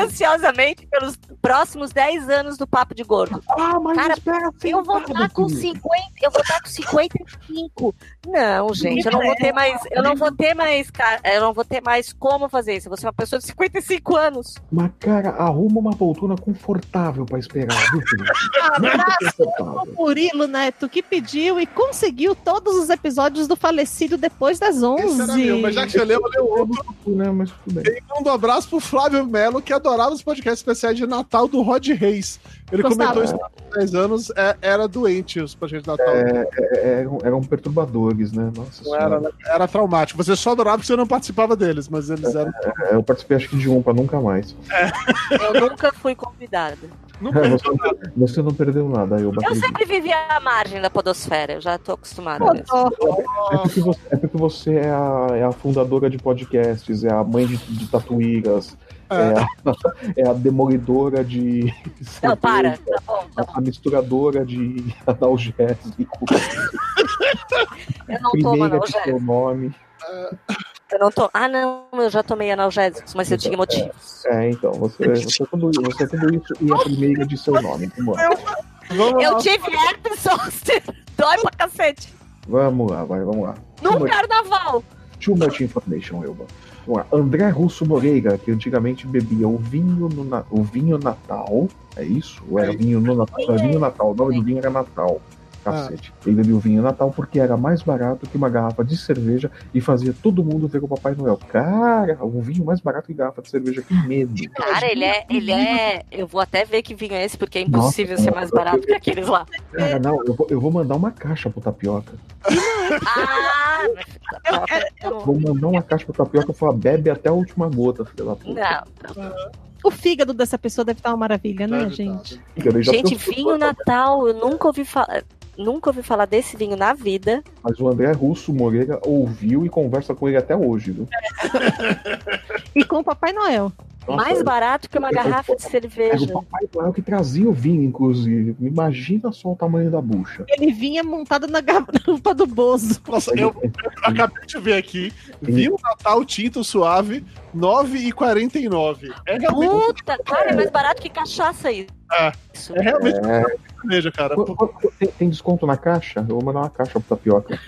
[SPEAKER 3] ansiosamente pelos próximos 10 anos do Papo de Gordo.
[SPEAKER 2] Ah, mas
[SPEAKER 3] Cara,
[SPEAKER 2] espera,
[SPEAKER 3] Eu vou
[SPEAKER 2] sentado,
[SPEAKER 3] estar com
[SPEAKER 2] filho.
[SPEAKER 3] 50, eu vou estar com 55. Não, gente, eu não vou ter mais, eu não vou ter mais, ca- eu não vou ter mais como fazer isso. Eu vou ser uma pessoa de 55 anos.
[SPEAKER 2] Mas, cara, arruma uma poltrona confortável pra esperar, viu, Felipe?
[SPEAKER 4] Abraço pro
[SPEAKER 2] Confortável.
[SPEAKER 4] Murilo Neto, que pediu e conseguiu todos os episódios do Falecido depois das
[SPEAKER 1] esse
[SPEAKER 4] 11.
[SPEAKER 1] era meu, mas já que você leu, eu leio outro.
[SPEAKER 2] Né, mas tudo bem.
[SPEAKER 1] Manda um abraço pro Flávio Melo, que adorava os podcasts especiais de Natal do Rod Reis. Ele
[SPEAKER 4] Gostava.
[SPEAKER 1] comentou isso há 10 anos, é- era doente os podcasts de Natal.
[SPEAKER 2] É, eram, eram perturbadores, né? Nossa
[SPEAKER 1] Não
[SPEAKER 2] senhora.
[SPEAKER 1] era, né? era traumático. Você só adorava porque você não participava deles, mas eles eram.
[SPEAKER 2] É, eu participei acho que de um pra nunca mais.
[SPEAKER 3] Eu nunca fui convidada.
[SPEAKER 1] Não
[SPEAKER 2] É, você,
[SPEAKER 1] perdeu nada.
[SPEAKER 2] você não perdeu nada, eu
[SPEAKER 3] Eu
[SPEAKER 2] bati.
[SPEAKER 3] sempre vivi à margem da podosfera, eu já tô acostumada. mesmo.
[SPEAKER 4] Ó,
[SPEAKER 2] É porque você é, porque você é a, é a fundadora de podcasts, é a mãe de, de tatuíras, é, a, é a demolidora de.
[SPEAKER 3] Não, para, tá bom, tá bom.
[SPEAKER 2] A misturadora de analgésico.
[SPEAKER 3] Eu não é. tomo
[SPEAKER 2] primeira de
[SPEAKER 3] analgésico.
[SPEAKER 2] seu nome.
[SPEAKER 3] Eu não tô. Ah, não, eu já tomei analgésicos, mas eu tinha motivos.
[SPEAKER 2] É, então, você, você, é tudo, você é tudo isso e a primeira de seu nome. Vamos lá,
[SPEAKER 1] Vamos
[SPEAKER 3] Eu
[SPEAKER 1] lá.
[SPEAKER 3] tive herpes zoster. Dói pra cacete.
[SPEAKER 2] vamos lá, vai, vamos lá.
[SPEAKER 3] Num
[SPEAKER 2] Como é?
[SPEAKER 3] carnaval.
[SPEAKER 2] Too much information, Elba. Vamos lá. André Russo Moreira, que antigamente bebia o vinho no na- o vinho Natal. É isso? Ou era vinho no Natal? Era vinho Natal. O nome do vinho era Natal. Cacete.
[SPEAKER 3] Ah.
[SPEAKER 2] Ele bebia o vinho Natal porque era mais barato que uma garrafa de cerveja e fazia todo mundo ver o Papai Noel. Cara, um vinho mais barato que garrafa de cerveja, que medo.
[SPEAKER 3] Cara, ele é, ele é. Eu vou até ver que vinho é esse, porque é impossível
[SPEAKER 2] Nossa,
[SPEAKER 3] ser mais barato que aqueles lá.
[SPEAKER 2] Cara, não, eu vou, eu vou mandar uma caixa pro tapioca.
[SPEAKER 3] Ah, mas tá bom, tá bom.
[SPEAKER 2] Vou mandar uma caixa pro tapioca e falar, bebe até a última gota, filha da puta.
[SPEAKER 3] não.
[SPEAKER 4] o fígado dessa pessoa deve estar uma maravilha, né,
[SPEAKER 1] tá.
[SPEAKER 4] gente?
[SPEAKER 2] Ele já um
[SPEAKER 3] Gente,
[SPEAKER 2] pensou-
[SPEAKER 3] vinho Natal, eu nunca ouvi falar. Nunca ouvi falar desse vinho na vida.
[SPEAKER 2] Mas o André Russo Moreira ouviu e conversa com ele até hoje, viu?
[SPEAKER 4] E com o Papai Noel.
[SPEAKER 2] Nossa,
[SPEAKER 3] É mais barato que uma
[SPEAKER 2] eu- eu-
[SPEAKER 3] garrafa de
[SPEAKER 2] Era o
[SPEAKER 3] cerveja.
[SPEAKER 2] Papai Noel que trazia o vinho, inclusive. Imagina só o tamanho da bucha.
[SPEAKER 4] Ele vinha montado na garupa do Bozo.
[SPEAKER 1] Nossa, eu,
[SPEAKER 2] é,
[SPEAKER 1] eu acabei de ver aqui. Vi o Natal Tinto Suave, 9,49. É realmente,
[SPEAKER 3] Puta, cara, é mais barato que cachaça isso.
[SPEAKER 1] Ah. é realmente
[SPEAKER 2] É.
[SPEAKER 1] cerveja, cara.
[SPEAKER 2] Qu- qu- qu- Tem, tem desconto na caixa? Eu vou mandar uma caixa pro tapioca.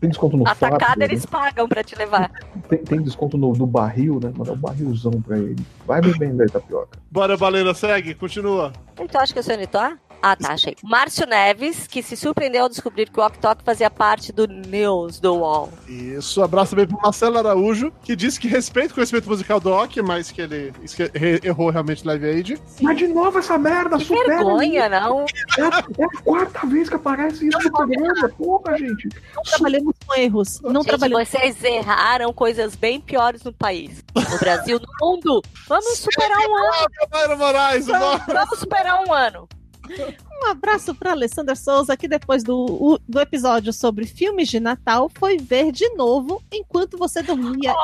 [SPEAKER 2] tem desconto no fato,
[SPEAKER 3] Atacada
[SPEAKER 2] né?
[SPEAKER 3] eles pagam pra te levar.
[SPEAKER 2] tem, tem desconto no, no barril, né? Mandar um barrilzão pra ele. Vai bebendo aí, tapioca.
[SPEAKER 1] Bora, Baleira, segue, continua.
[SPEAKER 3] Então acho que eu sou Anitta? Ah, tá, achei. Márcio Neves, que se surpreendeu ao descobrir que o Octok fazia parte do News do Wall.
[SPEAKER 1] Isso, abraço também pro Marcelo Araújo, que disse que respeita o conhecimento musical do Ock, mas que ele esque- re- errou realmente Live Aid.
[SPEAKER 2] Mas de novo essa merda,
[SPEAKER 3] Que vergonha, não?
[SPEAKER 2] É a quarta vez que aparece isso no programa, porra, gente.
[SPEAKER 4] Não trabalhamos com erros. Não
[SPEAKER 3] Gente,
[SPEAKER 4] trabalhou.
[SPEAKER 3] Vocês erraram coisas bem piores no país. No Brasil, no mundo. Vamos superar um ano.
[SPEAKER 1] Mário Moraes,
[SPEAKER 3] Vamos, vamos superar um ano.
[SPEAKER 4] Um abraço para Alessandra Souza, que depois do, o- do episódio sobre filmes de Natal foi ver de novo enquanto você dormia.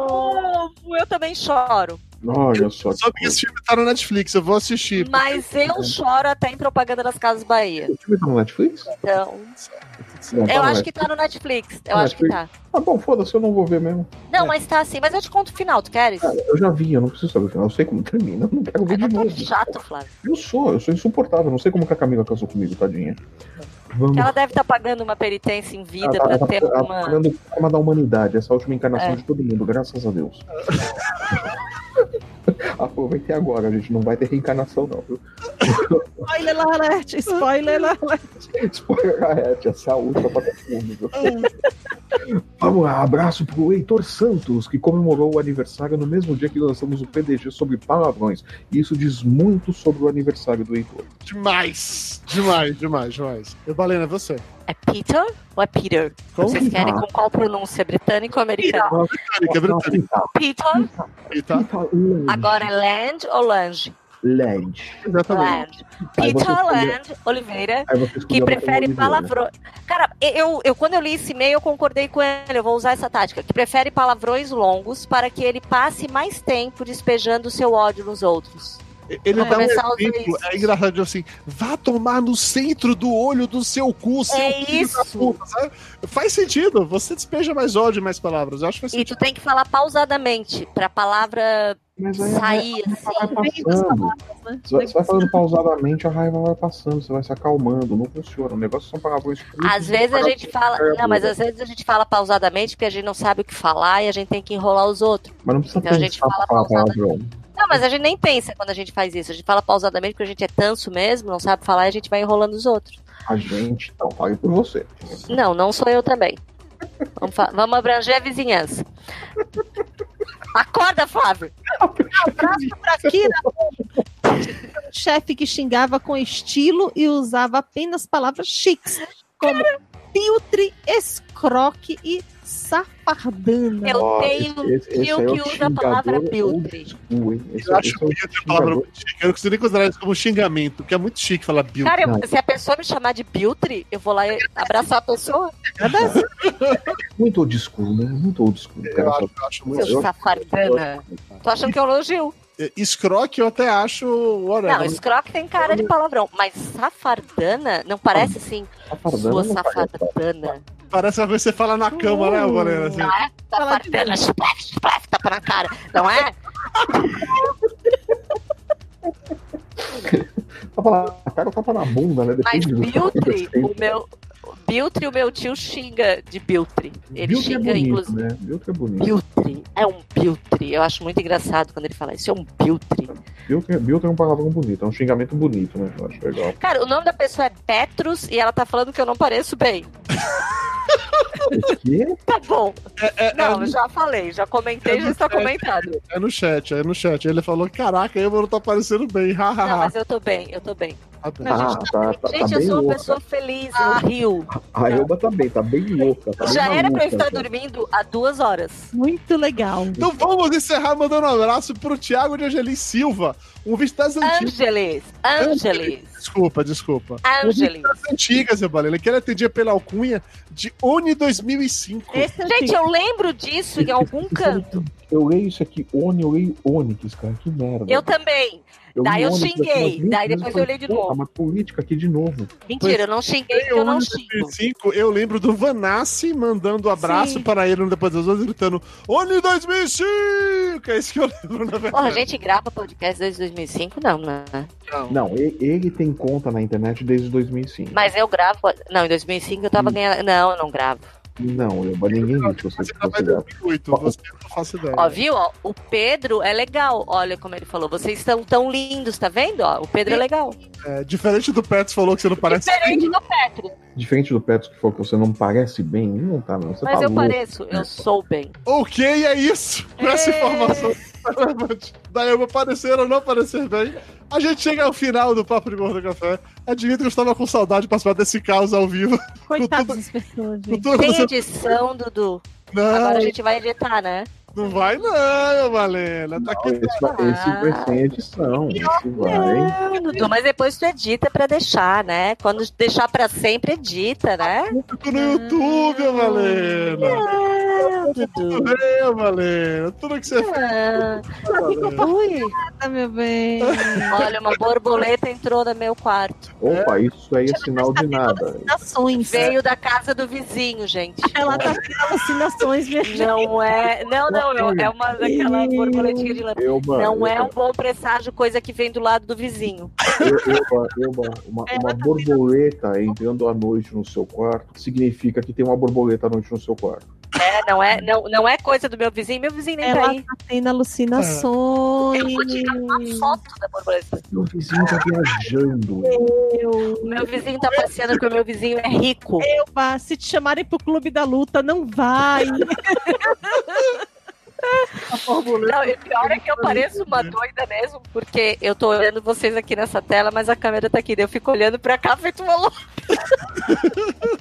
[SPEAKER 3] Oh, eu também choro.
[SPEAKER 2] Olha só.
[SPEAKER 1] Só que esse filme tá no Netflix, eu vou assistir.
[SPEAKER 3] Mas eu choro até em propaganda das Casas Bahia.
[SPEAKER 2] O filme tá no Netflix?
[SPEAKER 3] Então,
[SPEAKER 2] Não, tá
[SPEAKER 3] eu
[SPEAKER 2] no
[SPEAKER 3] acho
[SPEAKER 2] Netflix.
[SPEAKER 3] que tá no Netflix. Eu acho que tá.
[SPEAKER 2] Ah, bom, foda-se, eu não vou ver mesmo.
[SPEAKER 3] Não, mas tá assim. Mas eu te conto o final, tu queres?
[SPEAKER 2] Cara, eu já vi, eu não preciso saber o final. Eu sei como termina, eu não quero ver Ah, é de
[SPEAKER 3] Tô
[SPEAKER 2] novo.
[SPEAKER 3] É chato, Flávio.
[SPEAKER 2] Eu sou, eu sou insuportável. eu Não sei como que a Camila casou comigo, tadinha. Vamos.
[SPEAKER 3] Ela deve estar pagando uma peritência em vida pra ter
[SPEAKER 2] Hum. ela
[SPEAKER 3] alguma.
[SPEAKER 2] tá falando o karma da humanidade, essa última encarnação
[SPEAKER 3] É.
[SPEAKER 2] de todo mundo, graças a Deus. Aproveitei agora, a gente não vai ter reencarnação, não. viu?
[SPEAKER 4] Spoiler alert! Spoiler alert!
[SPEAKER 2] Spoiler alert, essa é a última pra todo mundo. viu? Vamos lá, abraço pro Heitor Santos, que comemorou o aniversário no mesmo dia que lançamos o PDG sobre palavrões. E isso diz muito sobre o aniversário do Heitor.
[SPEAKER 1] Demais! Demais, demais, demais. Eu, Balena, é você.
[SPEAKER 3] É Peter ou é Peter?
[SPEAKER 1] Como
[SPEAKER 3] Vocês
[SPEAKER 1] que
[SPEAKER 3] querem
[SPEAKER 1] tá?
[SPEAKER 3] com qual pronúncia? Britânico ou americano?
[SPEAKER 1] Britânica, é britânica.
[SPEAKER 3] Peter.
[SPEAKER 1] Tá?
[SPEAKER 3] Agora é Land ou Lange?
[SPEAKER 2] Land.
[SPEAKER 1] Exatamente.
[SPEAKER 3] Land.
[SPEAKER 2] Tá Aí você
[SPEAKER 3] Peter
[SPEAKER 2] escolheu-
[SPEAKER 3] Land Oliveira.
[SPEAKER 2] Aí você
[SPEAKER 3] Que
[SPEAKER 2] escolheu
[SPEAKER 3] prefere
[SPEAKER 2] Matheus Oliveira.
[SPEAKER 3] palavrões. Cara, eu, eu quando eu li esse e-mail, eu concordei com ele. Eu vou usar essa tática. Que prefere palavrões longos para que ele passe mais tempo despejando seu ódio nos outros.
[SPEAKER 1] Ele
[SPEAKER 3] Vou
[SPEAKER 1] dá um
[SPEAKER 3] começar a usar
[SPEAKER 1] exemplo,
[SPEAKER 3] isso.
[SPEAKER 1] é engraçado assim, vá tomar no centro do olho do seu cu, seu
[SPEAKER 3] É
[SPEAKER 1] filho da
[SPEAKER 3] isso.
[SPEAKER 1] puta, sabe? Faz sentido, você despeja mais ódio e mais palavras, eu acho que faz
[SPEAKER 3] E
[SPEAKER 1] sentido.
[SPEAKER 3] tu tem que falar pausadamente pra palavra
[SPEAKER 2] Mas aí a
[SPEAKER 3] sair. assim,
[SPEAKER 2] raiva vai
[SPEAKER 4] Bem das
[SPEAKER 2] passando.
[SPEAKER 4] palavras, né?
[SPEAKER 2] Você vai- você vai falando pausadamente, a raiva vai passando, você vai se acalmando, não funciona. O negócio são palavrões curtos.
[SPEAKER 3] Às vezes a
[SPEAKER 2] Uhum.
[SPEAKER 3] gente fala. Não, mas às vezes a gente fala pausadamente porque a gente não sabe o que falar e a gente tem que enrolar os outros.
[SPEAKER 2] Mas não precisa
[SPEAKER 3] Então a gente
[SPEAKER 2] pensar pra
[SPEAKER 3] fala
[SPEAKER 2] falar
[SPEAKER 3] pausadamente.
[SPEAKER 2] palavrão.
[SPEAKER 3] Não, mas a gente nem pensa quando a gente faz isso. A gente fala pausadamente porque a gente é tanso mesmo, não sabe falar e a gente vai enrolando os outros.
[SPEAKER 2] A gente, então, fale por você.
[SPEAKER 3] Não, não sou eu também. Vamos, fa- vamos abranger a vizinhança. Acorda, Flávio!
[SPEAKER 4] Abraço pra Kira, né? um chefe que xingava com estilo e usava apenas palavras chiques, como piltre, escroque e safardana.
[SPEAKER 3] Eu
[SPEAKER 2] Ó,
[SPEAKER 3] tenho
[SPEAKER 2] esse- esse- esse
[SPEAKER 3] um
[SPEAKER 2] aí é
[SPEAKER 3] tio
[SPEAKER 2] o
[SPEAKER 3] que usa a palavra
[SPEAKER 2] xingador
[SPEAKER 3] biltre.
[SPEAKER 2] old school, hein? Esse-
[SPEAKER 1] Eu acho
[SPEAKER 2] esse é o
[SPEAKER 1] que é palavra
[SPEAKER 2] xingador.
[SPEAKER 1] muito chique. Eu não consigo nem considerar isso como xingamento, porque é muito chique falar Bill.
[SPEAKER 3] Cara, eu-
[SPEAKER 2] Não.
[SPEAKER 3] se a pessoa me chamar de biltre, eu vou lá e abraçar a pessoa,
[SPEAKER 2] Muito old school, né? Muito old school. cara.
[SPEAKER 1] eu, acho, eu acho muito
[SPEAKER 3] seu
[SPEAKER 2] eu-
[SPEAKER 3] safardana. Tô achando que eu elogio.
[SPEAKER 1] É, Escroque eu até acho.
[SPEAKER 3] Não,
[SPEAKER 1] Whatever.
[SPEAKER 3] escroque tem cara de palavrão, mas safardana não parece assim,
[SPEAKER 2] Safardana
[SPEAKER 3] sua
[SPEAKER 2] Tá não assim. parece, cara.
[SPEAKER 3] safardana.
[SPEAKER 1] Parece uma coisa que você fala na cama, né, Valena? Assim,
[SPEAKER 3] Não é? Safardana, splash, splash, tapa na cara, não é?
[SPEAKER 2] Tapa na Tá cara ou tapa na bunda, né?
[SPEAKER 3] Mas
[SPEAKER 2] Depende do que tá
[SPEAKER 3] Biltre, o
[SPEAKER 2] acontecendo.
[SPEAKER 3] meu. Biltre, o meu tio xinga de Biltre. Ele
[SPEAKER 2] Biltre é
[SPEAKER 3] xinga,
[SPEAKER 2] bonito,
[SPEAKER 3] inclusive.
[SPEAKER 2] né? Biltre é bonito.
[SPEAKER 3] Biltre. É um Biltre. Eu acho muito engraçado quando ele fala isso. É um Biltre.
[SPEAKER 2] Biltre, Biltre é um palavrão bonito, é um xingamento bonito, né? Eu acho legal.
[SPEAKER 3] Cara, o nome da pessoa é Petrus e ela tá falando que eu não pareço bem.
[SPEAKER 2] O quê?
[SPEAKER 3] Tá bom.
[SPEAKER 1] é, é-
[SPEAKER 3] Não, eu já falei, já comentei, já está comentado.
[SPEAKER 1] é no chat, é no chat. Ele falou: Caraca, eu não tá parecendo bem. Ha,
[SPEAKER 3] Não,
[SPEAKER 1] ha, ha.
[SPEAKER 3] mas eu tô bem, eu tô bem.
[SPEAKER 1] Tá bem.
[SPEAKER 3] Não,
[SPEAKER 2] Ah,
[SPEAKER 3] gente,
[SPEAKER 2] tá, tá,
[SPEAKER 3] Gente,
[SPEAKER 2] tá
[SPEAKER 3] eu
[SPEAKER 2] bem
[SPEAKER 3] sou uma
[SPEAKER 2] louca.
[SPEAKER 3] pessoa feliz, eu Ah, rio.
[SPEAKER 2] A Elba tá bem, tá bem louca. Tá bem
[SPEAKER 3] Já era pra eu
[SPEAKER 2] maluca,
[SPEAKER 3] estar
[SPEAKER 2] cara.
[SPEAKER 3] dormindo há duas horas.
[SPEAKER 4] Muito legal.
[SPEAKER 1] Então vamos encerrar mandando um abraço pro Thiago de Angelim Silva, um ouvinte das antigas.
[SPEAKER 3] Ângeles, Ângeles,
[SPEAKER 1] Desculpa, desculpa.
[SPEAKER 2] tá
[SPEAKER 1] Um ouvinte
[SPEAKER 3] Ângeles.
[SPEAKER 2] assim.
[SPEAKER 1] das antigas, Rebalena, que ele atendia pela alcunha de Oni 2005.
[SPEAKER 4] Esse é
[SPEAKER 3] Gente,
[SPEAKER 4] chique.
[SPEAKER 3] eu lembro disso em algum
[SPEAKER 2] é
[SPEAKER 3] canto.
[SPEAKER 2] Eu leio isso aqui, Oni, eu leio Onix, cara, que merda.
[SPEAKER 3] Eu também.
[SPEAKER 2] li
[SPEAKER 3] daí eu
[SPEAKER 2] Onix aqui
[SPEAKER 3] xinguei,
[SPEAKER 2] umas mil
[SPEAKER 3] daí
[SPEAKER 2] vezes,
[SPEAKER 3] depois
[SPEAKER 2] falei,
[SPEAKER 3] eu olhei de
[SPEAKER 2] "Porra,
[SPEAKER 3] novo."
[SPEAKER 2] Mas política aqui de novo.
[SPEAKER 3] Mentira, eu não xinguei porque eu não
[SPEAKER 1] Oni
[SPEAKER 3] xingo.
[SPEAKER 1] 2005, eu lembro do Vanassi mandando abraço
[SPEAKER 4] Sim.
[SPEAKER 1] para ele no depois das 11 gritando Oni 2005! É isso que eu lembro, na
[SPEAKER 3] Porra, a
[SPEAKER 1] verdade.
[SPEAKER 3] gente grava podcast desde 2005? Não, né?
[SPEAKER 2] Não, e- ele tem conta na internet desde 2005.
[SPEAKER 3] Mas eu gravo. Não, em 2005 eu
[SPEAKER 2] Hum.
[SPEAKER 3] tava ganhando. Não, eu não gravo.
[SPEAKER 2] Não, Elba, ninguém viu que você
[SPEAKER 1] Você
[SPEAKER 2] que
[SPEAKER 1] tá mais
[SPEAKER 2] você era.
[SPEAKER 1] 2008, você eu não faço
[SPEAKER 2] É.
[SPEAKER 1] ideia.
[SPEAKER 3] Ó, viu? Ó, o Pedro é legal. Olha como ele falou. Vocês estão tão lindos, tá vendo? Ó, o Pedro é legal.
[SPEAKER 1] É, diferente do Pets falou que você não parece.
[SPEAKER 3] Diferente do Petro.
[SPEAKER 2] Diferente do Petros que falou que você não parece bem, não tá, não. Você
[SPEAKER 3] Mas
[SPEAKER 2] tá
[SPEAKER 3] eu
[SPEAKER 2] louco.
[SPEAKER 3] pareço. Eu sou bem.
[SPEAKER 1] Ok, é isso. Com essa
[SPEAKER 3] É.
[SPEAKER 1] informação, Daí eu vou aparecer ou não aparecer bem. A gente chega ao final do Papo de Gordo Café. Admito que eu estava com saudade de participar desse caos ao vivo.
[SPEAKER 4] Coitado
[SPEAKER 1] Com tudo-
[SPEAKER 4] das pessoas,
[SPEAKER 1] com
[SPEAKER 4] gente.
[SPEAKER 1] tudo
[SPEAKER 3] Tem
[SPEAKER 1] você-
[SPEAKER 3] edição, Dudu.
[SPEAKER 1] Não,
[SPEAKER 3] Agora a gente vai editar, né?
[SPEAKER 1] não vai não, Malena. Tá aqui.
[SPEAKER 2] Esse, vai- esse
[SPEAKER 3] Ah.
[SPEAKER 2] vai sem edição. Esse vai.
[SPEAKER 3] Não, Dudu, mas depois tu edita pra deixar, né? Quando deixar pra sempre, edita, né?
[SPEAKER 1] Tudo no YouTube, ô, Malena.
[SPEAKER 3] Não,
[SPEAKER 1] Tudo
[SPEAKER 3] Dudu.
[SPEAKER 1] bem, ô, Malena. Tudo que você fez,
[SPEAKER 3] Não.
[SPEAKER 1] Malena.
[SPEAKER 3] Ui,
[SPEAKER 4] Ah, meu bem.
[SPEAKER 3] olha, uma borboleta entrou no meu quarto.
[SPEAKER 2] Opa, isso aí é sinal de nada.
[SPEAKER 3] é
[SPEAKER 4] Alucinações.
[SPEAKER 3] Veio da casa do vizinho, gente.
[SPEAKER 4] Ela tá tendo alucinações, minha gente.
[SPEAKER 3] Não é. Não, não, é uma daquela borboletinha de lã.
[SPEAKER 2] Eu, mano,
[SPEAKER 3] Não é
[SPEAKER 2] eu,
[SPEAKER 3] um bom presságio coisa que vem do lado do vizinho.
[SPEAKER 2] eu, eu, eu, uma,
[SPEAKER 3] É,
[SPEAKER 2] uma borboleta entrando à noite no seu quarto significa que tem uma borboleta à noite no seu quarto.
[SPEAKER 3] É, não é, não, não é coisa do meu vizinho, meu vizinho nem
[SPEAKER 4] Ela
[SPEAKER 3] tá aí.
[SPEAKER 4] tá tendo alucinações.
[SPEAKER 3] Eu vou tirar uma foto da borboleta.
[SPEAKER 2] Meu vizinho tá viajando.
[SPEAKER 3] O meu vizinho tá passeando porque o meu vizinho é rico.
[SPEAKER 4] Opa, ah, se te chamarem pro clube da luta, não vai.
[SPEAKER 3] Não, e pior é que eu pareço uma doida mesmo, porque eu tô olhando vocês aqui nessa tela, mas a câmera tá aqui. daí Eu fico olhando pra cá, feito uma louca,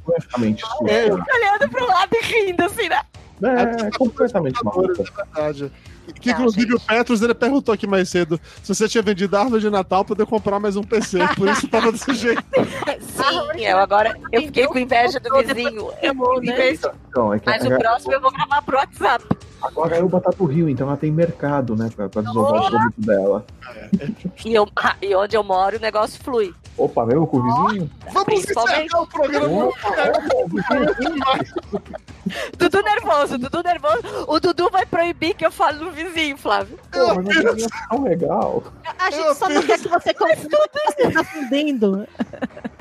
[SPEAKER 2] Completamente surreal.
[SPEAKER 3] olhando pro lado e rindo assim, né?
[SPEAKER 2] É, é completamente maluco.
[SPEAKER 1] na verdade. Que,
[SPEAKER 3] Não,
[SPEAKER 1] inclusive,
[SPEAKER 3] gente.
[SPEAKER 1] o Petros ele perguntou aqui mais cedo se você tinha vendido a árvore de Natal pra eu comprar mais um PC. Por isso tava desse jeito.
[SPEAKER 3] É, Sim, eu agora eu fiquei com inveja do vizinho. né? Eu, em vez-
[SPEAKER 2] Então, é que
[SPEAKER 3] mas o próximo eu vou gravar pro WhatsApp.
[SPEAKER 2] agora eu botar pro Rio, então ela tem mercado, né? Pra, pra desovar o produto dela.
[SPEAKER 3] E, eu- ah, e onde eu moro, o negócio flui.
[SPEAKER 2] Opa, veio com o vizinho?
[SPEAKER 1] Vamos é
[SPEAKER 3] Principalmente-
[SPEAKER 1] encerrar o programa.
[SPEAKER 3] Dudu nervoso, Dudu nervoso. O Dudu vai proibir que eu fale no vizinho, Flávio.
[SPEAKER 2] Pô, mas não é tão legal.
[SPEAKER 4] A gente só não quer que você confunda o que você tá fundendo.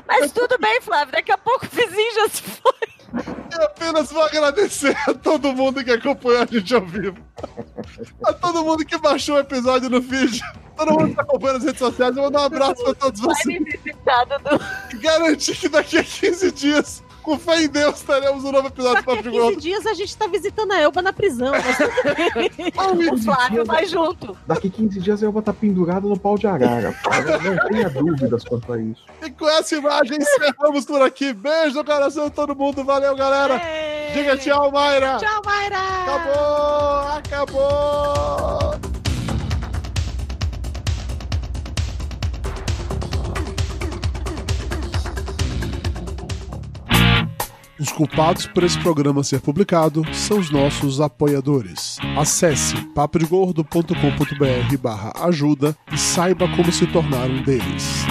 [SPEAKER 3] Mas tudo bem, Flávio. Daqui a pouco o vizinho já se foi.
[SPEAKER 1] Eu apenas vou agradecer a todo mundo que acompanhou a gente ao vivo. A todo mundo que baixou o episódio no vídeo. Todo mundo que tá acompanhando nas redes sociais. Eu vou dar um abraço pra todos
[SPEAKER 3] Vai
[SPEAKER 1] vocês.
[SPEAKER 3] me visitar, Dudu.
[SPEAKER 1] E garantir que daqui a 15 dias, com fé em Deus, teremos um novo episódio do
[SPEAKER 4] Daqui
[SPEAKER 1] Papo
[SPEAKER 4] a
[SPEAKER 1] de
[SPEAKER 4] 15
[SPEAKER 1] Gordo.
[SPEAKER 4] dias a gente tá visitando a Elba na prisão.
[SPEAKER 3] O Flávio vai junto.
[SPEAKER 2] Daqui 15 dias eu vou estar tá pendurado no pau de arara. Não tenha dúvidas quanto a isso.
[SPEAKER 1] E com essa imagem encerramos por aqui. Beijo no coração de todo mundo. Valeu, galera. Diga tchau, Mayra.
[SPEAKER 4] Tchau, Mayra!
[SPEAKER 1] Acabou! Acabou! Os culpados por esse programa ser publicado são os nossos apoiadores. Acesse papodegordo.com.br barra ajuda e saiba como se tornar um deles.